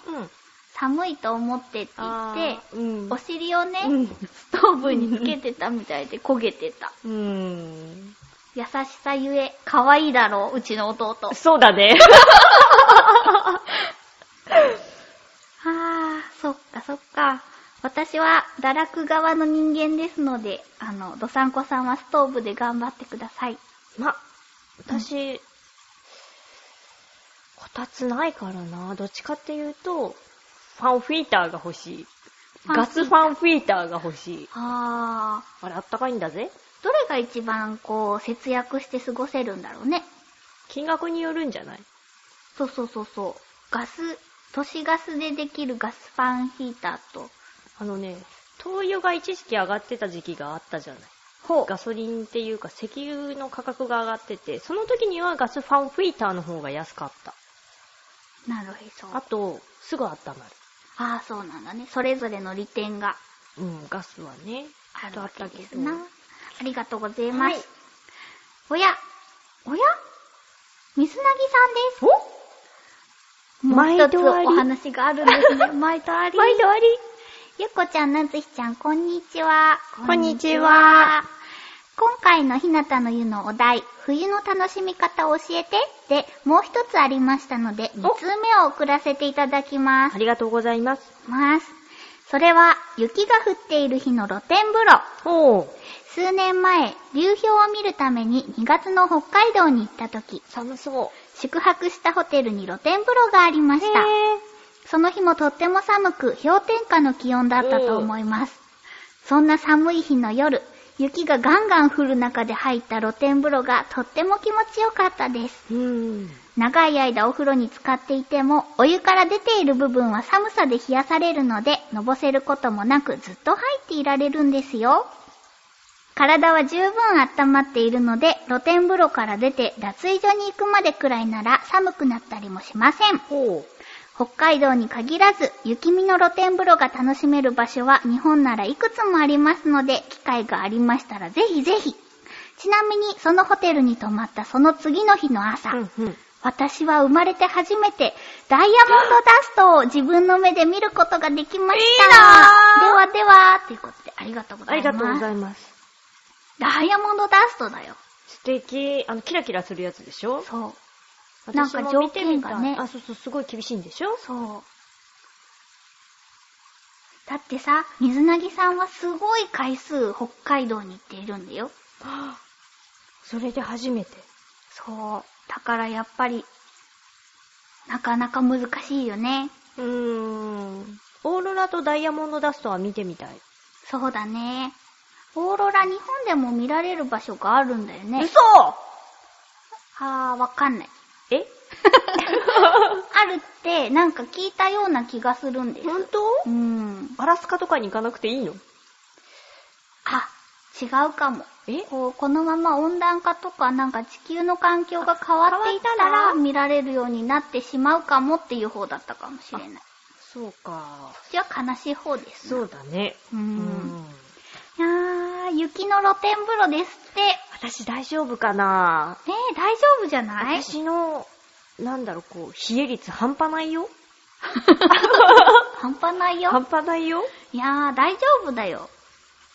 S1: 寒いと思ってって言
S2: あ
S1: って、
S2: ーうん
S1: お尻をね、
S2: うん
S1: ストーブにつけてたみたいで焦げてた。
S2: うん。
S1: 優しさゆえ、可愛いだろう、うちの弟。あ
S2: そうだね。
S1: あ、そっかそっか。私は堕落側の人間ですので、あの、どさんこさんはストーブで頑張ってください。
S2: ま、私、こたつないからな。どっちかっていうと、ファンフィーターが欲しい。
S1: ファン
S2: ガスファンフィーターが欲しい。
S1: ああ、
S2: あれ、あったかいんだぜ。
S1: どれが一番こう、節約して過ごせるんだろうね。
S2: 金額によるんじゃない
S1: そうそうそうそう。ガス、都市ガスでできるガスファンヒーターと、
S2: あのね、灯油が一時期上がってた時期があったじゃない。
S1: ほう。
S2: ガソリンっていうか石油の価格が上がってて、その時にはガスファンフィーターの方が安かった。
S1: なるへそ。
S2: あと、すぐ温ま
S1: ああ、そうなんだね。それぞれの利点が
S2: る。うん、ガスはね。
S1: あるわけです
S2: あ
S1: な
S2: ったけ。
S1: ありがとうございます。
S2: はい
S1: おや、おや水なぎさんです。
S2: お
S1: もう一つ
S2: 毎度あり
S1: お話があるんですね。毎度あり。
S2: 毎度あり
S1: ゆっこちゃん、なつひちゃん、こんにちは。
S2: こんにちは
S1: 今回のひなたの湯のお題、冬の楽しみ方を教えて、で、もう一つありましたので、二通目を送らせていただきます
S2: あ。りがとうございます。
S1: ます。それは、雪が降っている日の露天風呂。
S2: おー、
S1: 数年前、流氷を見るために2月の北海道に行った時、
S2: 寒そう。
S1: 宿泊したホテルに露天風呂がありました。その日もとっても寒く、氷点下の気温だったと思います。そんな寒い日の夜、雪がガンガン降る中で入った露天風呂がとっても気持ちよかったです。
S2: へー。うん。
S1: 長い間お風呂に浸かっていても、お湯から出ている部分は寒さで冷やされるので、のぼせることもなくずっと入っていられるんですよ。体は十分温まっているので、露天風呂から出て脱衣所に行くまでくらいなら寒くなったりもしません。
S2: ほう。
S1: 北海道に限らず、雪見の露天風呂が楽しめる場所は日本ならいくつもありますので、機会がありましたらぜひぜひ。ちなみに、そのホテルに泊まったその次の日の朝、
S2: うんうん。
S1: 私は生まれて初めてダイヤモンドダストを自分の目で見ることができました。
S2: いいな
S1: ではでは、ということでありがとうご
S2: あ
S1: ざい
S2: り
S1: ます。
S2: がとうございます。
S1: ダイヤモンドダストだよ。
S2: 素敵。あの、キラキラするやつでしょ
S1: そう。なん
S2: 私
S1: か
S2: も
S1: 条
S2: 見てみ
S1: 件
S2: たい
S1: がね
S2: あ、そうそう、すごい厳しいんでしょ
S1: そう。だってさ、水なぎさんはすごい回数北海道に行っているんだよ。
S2: それで初めて。
S1: そう。だからやっぱり、なかなか難しいよね。
S2: うーん。オーロラとダイヤモンドダストは見てみたい。
S1: そうだね。オーロラ日本でも見られる場所があるんだよね。
S2: 嘘
S1: あー、わかんない。
S2: え
S1: あるって、なんか聞いたような気がするんです。
S2: 本当
S1: うん。
S2: アラスカとかに行かなくていいの
S1: あ、違うかも。
S2: え
S1: こう、このまま温暖化とか、なんか地球の環境が変わっていった
S2: 変わった
S1: ら、
S2: ら
S1: 見られるようになってしまうかもっていう方だったかもしれない。こ
S2: そうか。
S1: っちは悲しい方です、ね。
S2: そうだね。
S1: う。。
S2: うん
S1: いやー、雪の露天風呂ですって。
S2: 私大丈夫かな
S1: ねえ、大丈夫じゃない
S2: 私の、なんだろう、こう、冷え率半端ないよ。
S1: 半端ないよ。
S2: 半端ないよ。
S1: いやー、大丈夫だよ。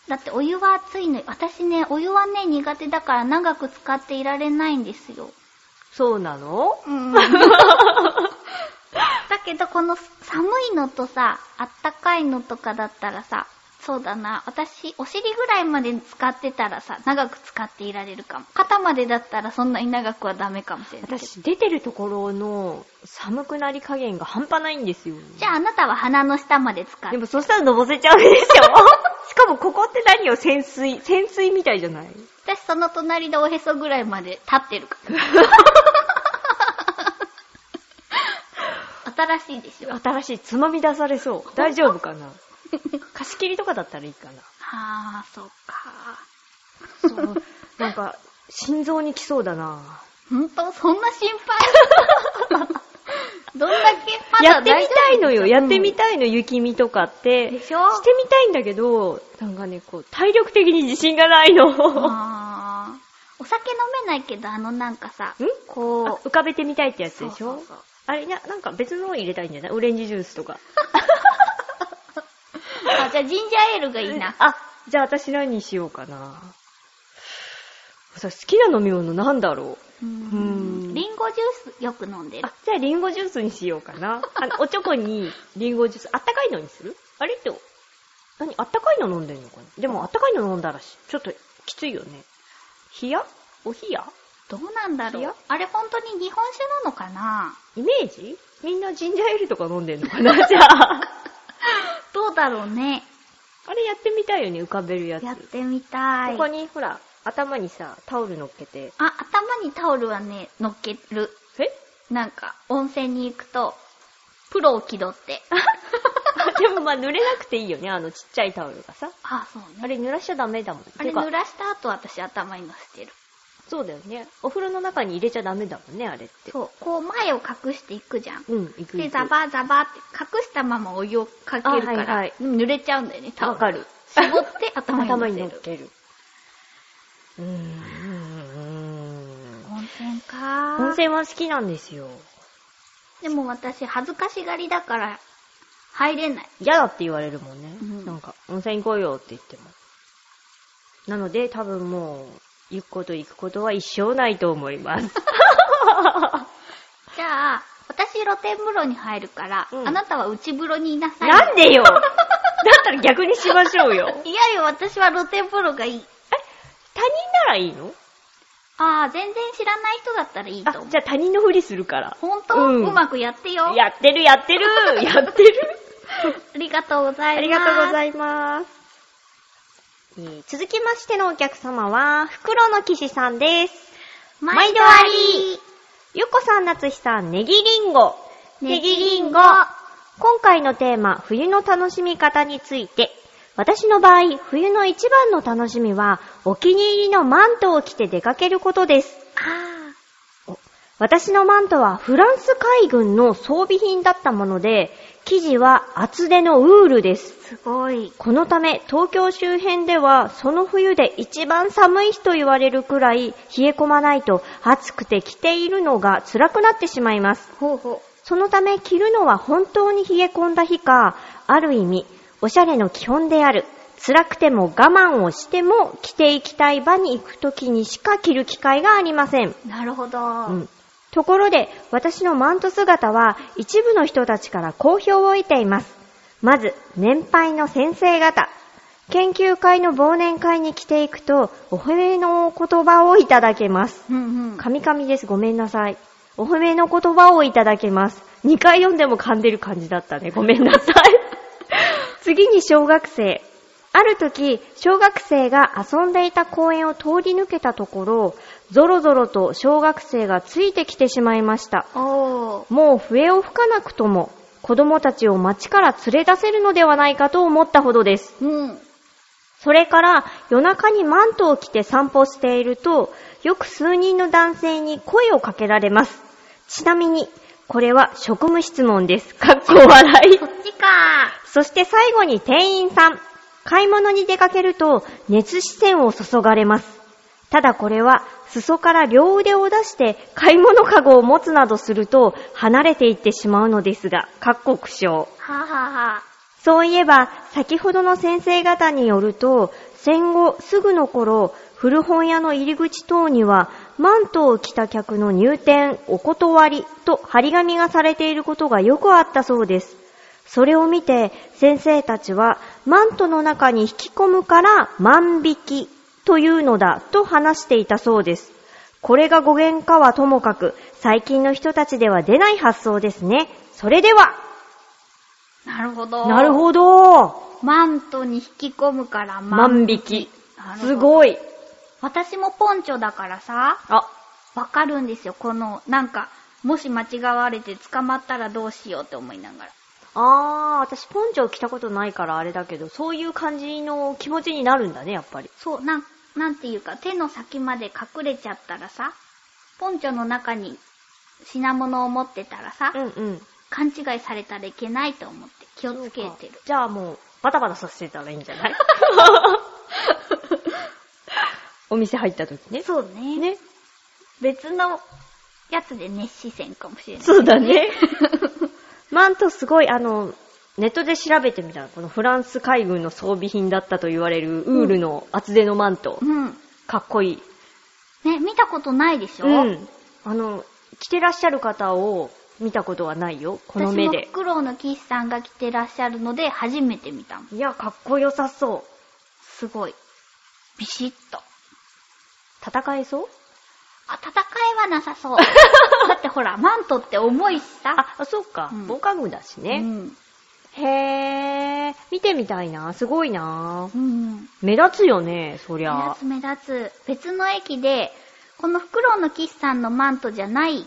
S1: だってお湯は熱いのよ。私ね、お湯はね、苦手だから長く使っていられないんですよ。
S2: そうなの
S1: うん。だけど、この寒いのとさ、あったかいのとかだったらさ、そうだな。私、お尻ぐらいまで使ってたらさ、長く使っていられるかも。肩までだったらそんなに長くはダメかもしれないけど。
S2: 私、出てるところの寒くなり加減が半端ないんですよ。
S1: じゃああなたは鼻の下まで使っ
S2: で
S1: て。
S2: もそしたらのぼせちゃうでしょ しかもここって何よ潜水。潜水みたいじゃない
S1: 私その隣でおへそぐらいまで立ってるから。 新しいでしょ。
S2: 新しいつまみ出されそう。大丈夫かな貸し切りとかだったらいいかな。
S1: あー、そっか。
S2: そう。なんか、心臓に来そうだな
S1: ほんとそんな心配 どんだけ
S2: やってみたいのよ。やってみ
S1: い。
S2: たいの、雪見とかって。
S1: でしょ
S2: してみたいんだけど、なんかね、こう、体力的に自信がないの。ん
S1: あーお酒飲めないけど、あのなんかさ、
S2: あ
S1: こう、
S2: 浮かべてみたいってやつでしょ
S1: そうそうそう
S2: あれな、なんか別のを入れたいんじゃないオレンジジュースとか。
S1: あ、じゃあジンジャーエールがいいな。
S2: あ、じゃあ私何にしようかな。さ、好きな飲み物なんだろ
S1: うー
S2: うー
S1: ん
S2: ん
S1: リンゴジュースよく飲んで
S2: う。
S1: る
S2: あ。、じゃあリンゴジュースにしようかな。あの、おちょこにリンゴジュース、あったかいのにするあれって、何あったかいの飲んでんのかなでもあったかいの飲んだらし、ちょっときついよね。冷やお冷や
S1: どうなんだろ
S2: いうや。
S1: あれ本当に日本酒なのか な
S2: イメージみんなジンジャーエールとか飲んでんのかなじゃあ。
S1: どうだろうね。
S2: あれやってみたいよね、浮かべるやつ。
S1: やってみたい。
S2: ここに、ほら、頭にさ、タオル乗っけて。
S1: あ、頭にタオルはね、乗っける。
S2: え
S1: なんか、温泉に行くと、プロを気取って。
S2: でもまあ濡れなくていいよね、あのちっちゃいタオルがさ。
S1: あ、そうね。
S2: あれ濡らしちゃダメだもん。
S1: あれ
S2: てか
S1: 濡らした後私頭に乗せてる。
S2: そうだよね。お風呂の中に入れちゃダメだもんね、あれって。
S1: そう。こう前を隠していくじゃん。
S2: うん、行く
S1: で、
S2: 行
S1: ザ
S2: く。
S1: バーザバーって隠したままお湯をかけるから、
S2: あはいはい
S1: でも濡れちゃうんだよね、タオル。
S2: わかる。
S1: 絞って頭
S2: 頭
S1: に
S2: に乗
S1: 乗
S2: っ
S1: せる。
S2: ける。うーん。
S1: 温泉か
S2: 温泉は好きなんですよ。
S1: でも私恥ずかしがりだから、入れない。
S2: 嫌だって言われるもんね。
S1: うん
S2: なんか、温泉行こうよって言っても。なので、多分もう、行くこと行くことは一生ないと思います。
S1: じゃあ、私露天風呂に入るから、
S2: うん
S1: あなたは内風呂にい なさい。
S2: なんで よだったら逆にしましょうよ。
S1: いやよ、私は露天風呂がいい。
S2: 他人ならいいの
S1: ああ、全然知らない人だったらいい
S2: あ
S1: と思う。
S2: じゃあ他人のふりするから。
S1: ほんと、う
S2: うん
S1: まくやってよ。あ
S2: やってるやっ てるやってる
S1: りがとうございます。
S2: ありがとうご
S1: い
S2: ざいます。えー続きましてのお客様は、袋の騎士さんです。
S1: ます毎度あり。
S2: ゆっこさん、なつひさん、ネギリンゴ。
S1: ネギリンゴ。
S2: 今回のテーマ、冬の楽しみ方について、私の場合、冬の一番の楽しみは、お気に入りのマントを着て出かけることです。
S1: あ
S2: 私のマントはフランス海軍の装備品だったもので、生地は厚手のウールです。
S1: ー、すごい。
S2: このため、東京周辺では、その冬で一番寒い日と言われるくらい、冷え込まないと暑くて着ているのが辛くなってしまいます。
S1: ほうほ
S2: そのため着るのは本当に冷え込んだ日か、ある意味、おしゃれの基本である。辛くても我慢をしても着ていきたい場に行く時にしか着る機会がありません。
S1: う。なるほど。
S2: うんところで、私のマント姿は一部の人たちから好評を得ています。まず、年配の先生方。研究会の忘年会に来ていくと、お褒めのお言葉をいただけます。
S1: うんうん。
S2: カミカミです。ごめんなさい。お褒めの言葉をいただけます。2回読んでも噛んでる感じだったね。ごめんなさい。 次に小学生。ある時、小学生が遊んでいた公園を通り抜けたところ、ゾロゾロと小学生がついてきてしまいました。
S1: おー。
S2: もう笛を吹かなくとも、子供たちを街から連れ出せるのではないかと思ったほどです。
S1: うん。
S2: それから夜中にマントを着て散歩していると、よく数人の男性に声をかけられます。ちなみに、これは職務質問です。かっこ笑い
S1: そ。っちか
S2: そして最後に店員さん。買い物に出かけると、熱視線を注がれます。ただこれは、裾から両腕を出して買い物かごを持つなどすると、離れていってしまうのですが、かっこ苦笑。
S1: ー。はぁは
S2: そういえば、先ほどの先生方によると、戦後すぐの頃、古本屋の入り口等には、マントを着た客の入店お断りと張り紙がされていることがよくあったそうです。それを見て、先生たちは、マントの中に引き込むから万引きというのだと話していたそうです。これが語源かはともかく、最近の人たちでは出ない発想ですね。それでは、
S1: なるほど。
S2: なるほど。
S1: マントに引き込むから
S2: 万引き。
S1: なるほど
S2: すごい。
S1: 私もポンチョだからさ、
S2: あ、
S1: わかるんですよ。この、なんか、もし間違われて捕まったらどうしようって思いながら。
S2: あー、私ポンチョ着たことないからあれだけど、そういう感じの気持ちになるんだね、やっぱり。
S1: そう、なん、なんていうか、手の先まで隠れちゃったらさ、ポンチョの中に品物を持ってたらさ、
S2: んうん。
S1: 勘違いされたらいけないと思って気をつけてる。
S2: じゃあもう、バタバタさせてたらいいんじ ゃないお店入った時ね。
S1: そうね。
S2: ね。
S1: 別のやつで熱視線かもしれない。
S2: そうだね。 マントすごい、あの、ネットで調べてみたら、このフランス海軍の装備品だったと言われるウールの厚手のマント。
S1: うん。
S2: かっこいい。
S1: ね、見たことないでしょ
S2: うん。あの、着てらっしゃる方を見たことはないよ。この目
S1: 私
S2: で
S1: も。黒の騎士さんが着てらっしゃるので初めて見たもん。
S2: いや、かっこよさそう。
S1: すごい。ビシッと。
S2: 戦えそう
S1: あ、戦いはなさ そう。だってほら、マントって重いしさ。
S2: あ、そうか
S1: うん。
S2: 防寒具だし
S1: う
S2: ね。
S1: ん。
S2: へー。見てみたいな。すごいな
S1: う。ん。
S2: 目立つよね、そり
S1: 目
S2: ゃ
S1: 立。つ目立つ。別の駅で、このフクロウの騎士さんのマントじゃない、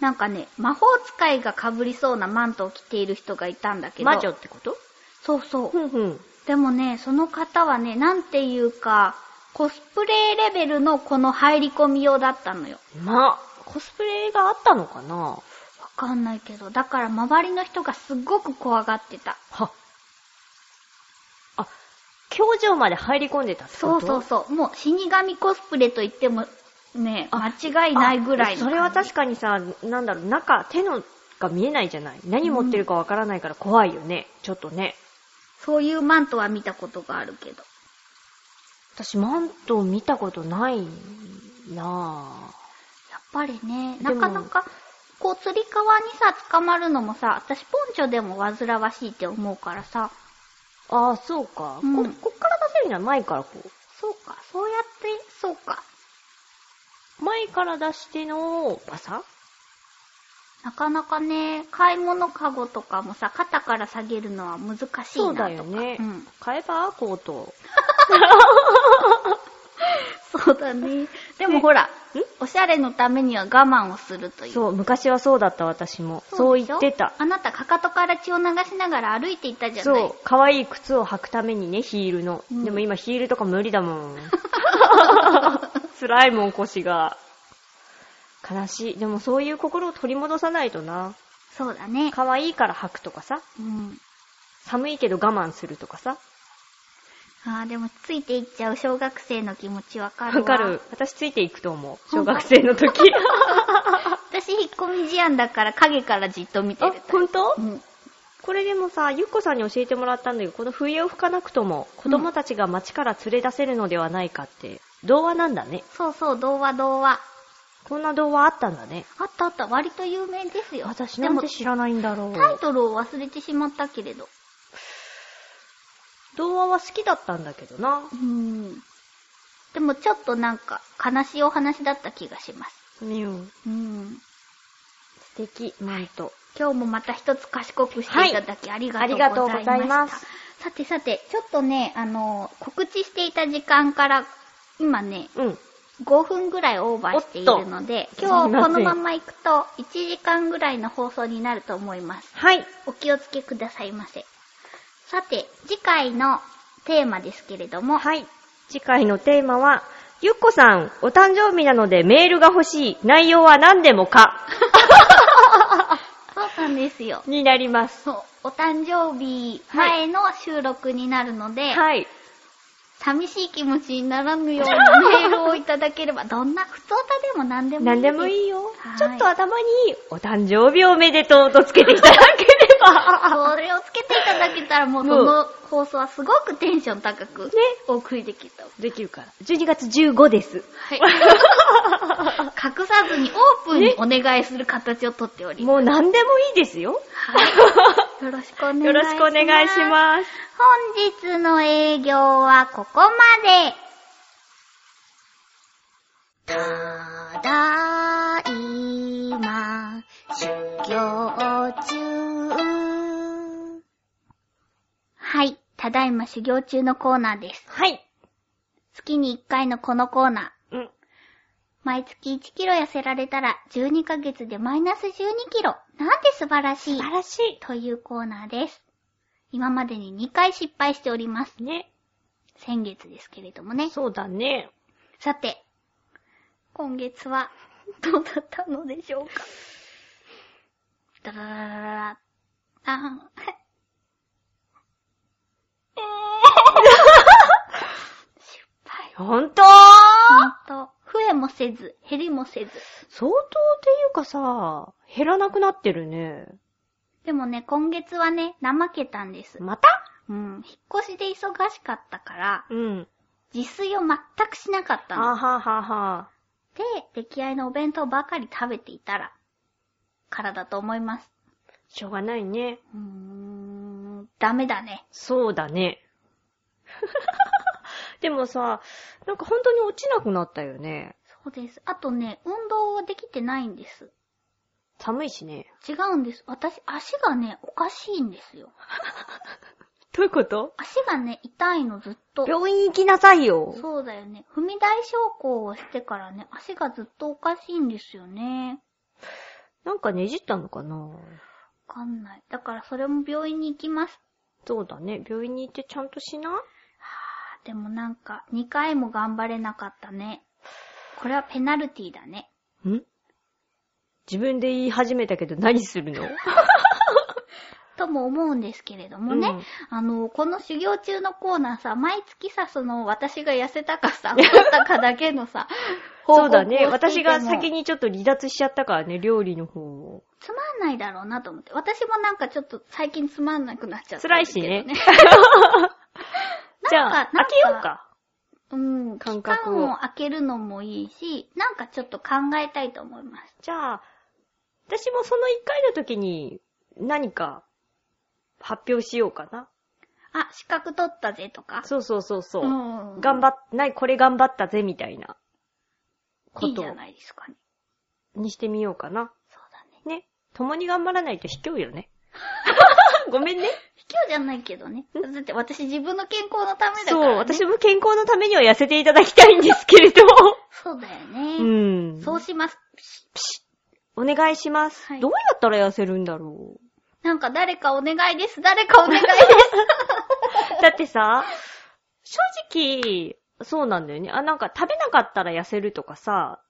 S1: なんかね、魔法使いが被りそうなマントを着ている人がいたんだけど。
S2: 魔女ってこと
S1: そうそう。
S2: ふんふん。
S1: でもね、その方はね、なんていうか、コスプレレベルのこの入り込み用だったのよ。
S2: ま、コスプレがあったのかな
S1: わかんないけど、だから周りの人がすっごく怖がってた。
S2: は。あ、表情まで入り込んでたって
S1: そ
S2: こ
S1: う
S2: と
S1: そうそう。もう死神コスプレと言ってもね、
S2: あ
S1: 間違いないぐらい
S2: あ
S1: の
S2: それは確かにさ、なんだろう、中、手のが見えないじゃない。何持ってるかわからないから怖いよね。ちょっとね。
S1: そういうマントは見たことがあるけど。
S2: 私、マント見たことないなぁ。
S1: やっぱりね、
S2: で
S1: な
S2: も
S1: かなか、こう、釣り革にさ、捕まるのもさ、私、ポンチョでも煩わしいって思うからさ、
S2: ああ、そうか、
S1: うん
S2: こ。こっから出せるんじゃない前からこう。
S1: そうか、そうやって、そうか。
S2: 前から出してのパサ
S1: なかなかね、買い物カゴとかもさ、肩から下げるのは難しいなとか。
S2: そうだよね。
S1: うん。
S2: 買えばコート。
S1: そうだね。でもほら、おしゃれのためには我慢をするという。
S2: そう、昔はそうだった私も。そう
S1: でし
S2: 言
S1: ょ
S2: ってた。
S1: あなた、かかとから血を流しながら歩いていったじゃない
S2: そう、可愛い靴を履くためにね、ヒールの。
S1: うん
S2: でも今ヒールとか無理だも ん。辛いもん、腰が。悲しい。でもそういう心を取り戻さないとな。
S1: そうだね。
S2: 可愛いから履くとかさ。
S1: うん。
S2: 寒いけど我慢するとかさ。
S1: あーでも、ついていっちゃう小学生の気持ちわかるわ。
S2: わかる。私ついていくと思う。小学生 の時。
S1: 私、引っ込み思案だから影からじっと見て
S2: あ
S1: るタイ、プ。
S2: 本当
S1: うん。
S2: これでもさ、ゆっこさんに教えてもらったんだけど、この笛を吹かなくとも、子供たちが街から連れ出せるのではないかって、童話なんだね。
S1: そうそう、童話童話。
S2: こんな童話あったんだね。
S1: あったあった、割と有名ですよ。
S2: 私
S1: で
S2: なん
S1: も
S2: て、知らないんだろう。
S1: タイトルを忘れてしまったけれど。
S2: 童話は好きだったんだけどな。
S1: うん。でも、ちょっとなんか、悲しいお話だった気がします。
S2: みゆん。
S1: うん。
S2: 素敵、マント。
S1: 今日もまた一つ賢くしていただきありがとうございました。
S2: ありがとうございます
S1: さてさて、ちょっとね、あの、告知していた時間から、今ね、
S2: うん。
S1: 5分ぐらいオーバーしているので、
S2: おっ
S1: 今日
S2: とすみません
S1: このまま行くと1時間ぐらいの放送になると思います。
S2: はい。
S1: お気をつけくださいませ。さて、次回のテーマですけれども、
S2: はい。次回のテーマは、ゆっこさん、お誕生日なのでメールが欲しい。内容は何でもか。
S1: そうなんですよ。
S2: になります。
S1: そう、お誕生日前の収録になるので、
S2: はい。
S1: 寂しい気持ちにならぬようなメールをいただければ、どんな普通歌でも何でもいい
S2: 何でも
S1: い。
S2: いいよ
S1: はい。
S2: ちょっと頭に、お誕生日おめでとうとつけていただければ。
S1: それをつけていただけたらもうその放送はすごくテンション高くお送りできた。
S2: できるから。12月15です。
S1: はい。隠 さずにオープンにお願いする形をとっております。
S2: もう何でもいいですよ。
S1: はい。よろしくお願いします。
S2: よろしくお願いします。
S1: す。本日の営業はここまで。ただいま、修行中。はい。ただいま修行中のコーナーです。
S2: はい。
S1: 月に1回のこのコーナー。
S2: うん。
S1: 毎月1キロ痩せられたら12ヶ月でマイナス12キロ。なんて素晴らしい
S2: 素晴らしい。
S1: というコーナーです。今までに2回失敗しております。
S2: ね。
S1: 先月ですけれどもね。
S2: そうだね。
S1: さて、今月 はどうだったのでしょうか。だららららら。あー、はいえー失敗。
S2: ほんと
S1: ほんと、増えもせず、減りもせず。
S2: 相当っていうかさ、減らなくなってるね。
S1: でもね、今月はね、怠けたんです。
S2: また
S1: うん。引っ越しで忙しかったから、
S2: うん。
S1: 自炊を全くしなかったの。
S2: あははは。
S1: で、出来合いのお弁当ばかり食べていたら、からだと思います。
S2: しょうがないね。
S1: うーん、ダメだね。
S2: そうだ ね。でもさ、なんか本当に落ちなくなったよね。
S1: そうです。あとね、運動はできてないんです。
S2: 寒いしね。
S1: 違うんです。私、足がね、おかしいんですよ。
S2: どういうこと
S1: 足がね、痛いのずっと。
S2: 病院行きなさいよ。
S1: そうだよね。踏み台昇降をしてからね、足がずっとおかしいんですよね。
S2: なんかねじったのかな
S1: わかんない。だからそれも病院に行きます。
S2: そうだね。病院に行ってちゃんとしな
S1: あでもなんか、2回も頑張れなかったね。これはペナルティだね。
S2: ん自分で言い始めたけど何するの
S1: とも思うんですけれどもね、
S2: うん
S1: あの、この修行中のコーナーさ、毎月さ、その、私が痩せたか さ、太ったかだけのさ、
S2: そうだね。私が先
S1: に。
S2: にちょっと離脱しちゃったからね、料理の方を。
S1: つまんないだろうなと思って。私もなんかちょっと最近つまんなくなっちゃった、
S2: 辛いしね。じゃ
S1: なん
S2: あ、
S1: か
S2: 開けようか。
S1: うん、
S2: 感
S1: 期
S2: 覚を
S1: 間を空けるのもいいし、なんかちょっと考えたいと思います。
S2: じゃあ、私もその一回の時に何か発表しようかな。
S1: あ、資格取ったぜとか。
S2: そうそうそうそう。
S1: うん
S2: 頑張っ、ない、これ頑張ったぜ、みたいな。こ
S1: いいん
S2: と
S1: じゃないですかね。
S2: にしてみようかな。
S1: そうだね。
S2: ね。共に頑張らないと卑怯 よね。ごめんね。
S1: 卑怯じゃないけどね。だって私自分の健康のためだか
S2: そう、
S1: ら、ね。
S2: 私も健康のためには痩せていただきたいんですけれど。
S1: そうだよ
S2: う
S1: ね。
S2: ん。
S1: そうします。
S2: お願いします、
S1: はい
S2: どうやったら痩せるんだろ う。
S1: なんか誰かお願いです。誰かお願いです。
S2: だってさ、正直、そうなんだよね。あ、なんか食べなかったら痩せるとかさ、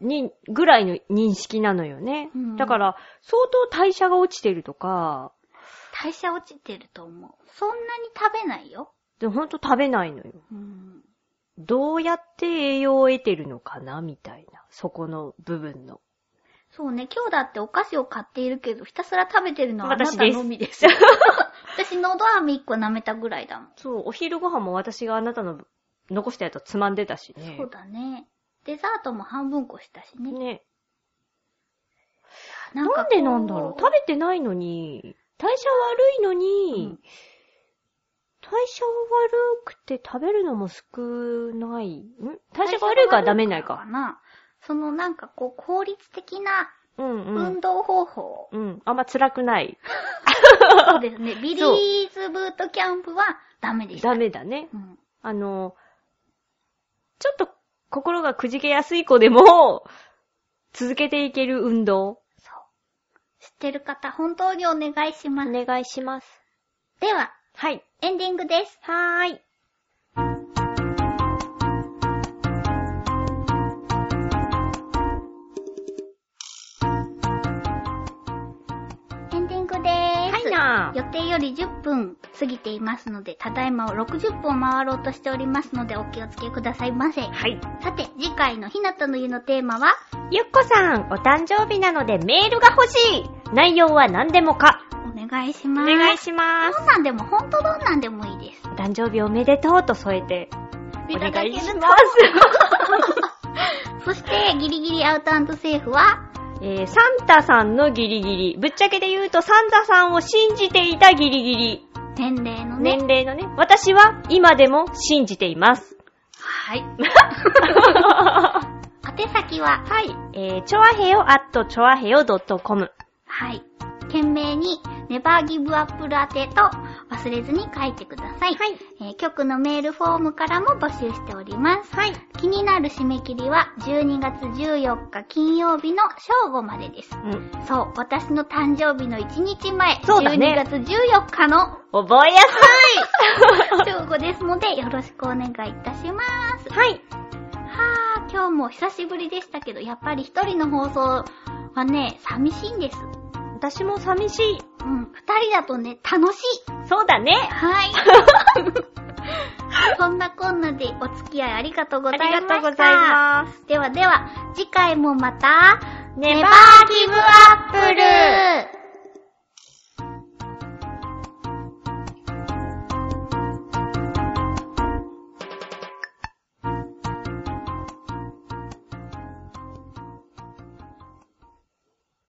S2: に、ぐらいの認識なのよね。
S1: うん
S2: だから、相当代謝が落ちてるとか、
S1: 代謝落ちてると思う。そんなに食べないよ。
S2: でほんと食べないのよ。
S1: うん。
S2: どうやって栄養を得てるのかなみたいな。そこの部分の。
S1: そうね、今日だってお菓子を買っているけど、ひたすら食べてるのはあな
S2: 私
S1: た
S2: です
S1: のみです。 私、のど飴一個舐めたぐらいだもん。
S2: そう、お昼ご飯も私があなたの残したやつをつまんでたしね。
S1: そうだね。デザートも半分こしたしね。
S2: ね。
S1: な
S2: なん
S1: かこ
S2: でなんだろう食べてないのに、代謝悪いのに、
S1: うん
S2: 代謝悪くて食べるのも少ない。ん代謝が悪いからダメない
S1: 代謝が悪
S2: か。
S1: いらな。そのなんかこう、効率的な
S2: うんうん
S1: 運。動方法を
S2: うん。あんま辛くない。
S1: そうですね。ビリーズブートキャンプはダメでした。
S2: ダメだね。
S1: うん。
S2: あの、ちょっと心がくじけやすい子でも、続けていける運動。
S1: そう。知ってる方、本当にお願いします。
S2: 願いします。
S1: では、
S2: はい。
S1: エンディングです。
S2: はーい。
S1: エンディングでー
S2: は
S1: す。
S2: いなー
S1: 予定より10分過ぎていますので、ただいまを60分を回ろうとしておりますので、お気をつけくださいませ。
S2: はい。
S1: さて、次回のひなたの湯のテーマは、
S2: ゆっこさん、お誕生日なのでメールが欲しい内容は何でもか。
S1: お願いし
S2: お
S1: ます。
S2: 願いし
S1: ど
S2: ま
S1: ん
S2: す。
S1: なんでも、ほんとどんなんでもいいです
S2: お。誕生日おめでとうと添えて、お
S1: い
S2: 願
S1: ただけ
S2: い
S1: ると
S2: します。
S1: そして、ギリギリアウトセーフは、
S2: ええーサンタさんのギリギリ。ぶっちゃけで言うと、サンタさんを信じていたギリギリ。
S1: 年齢のね。
S2: 年齢のね。私は今でも信じてい ます。
S1: はい。宛先は、
S2: はい。えー、ちょあへよ at ちょあへよ .com。
S1: はい。懸命に、ネバーギブアップル宛てと忘れずに書いてください。
S2: はい。
S1: えー局のメールフォームからも募集しております。
S2: はい。
S1: 気になる締め切りは12月14日金曜日の正午までです。
S2: うん。
S1: そう、私の誕生日の1日前、
S2: そうだね
S1: 12月14日 の
S2: 覚えやす
S1: 正午ですので、よろしくお願いいたします。
S2: いはい。
S1: はぁ、今日も久しぶりでしたけど、やっぱり一人の放送はね、寂しいんです。
S2: 私も寂しい。
S1: うん、二人だとね、楽しい。
S2: そうだね。
S1: はい。 そんなこんなでお付き合いありがとうご
S2: あ
S1: ざいました。
S2: りがとうございます。
S1: ではでは、次回もまた、
S2: ネバー
S1: ギブアップル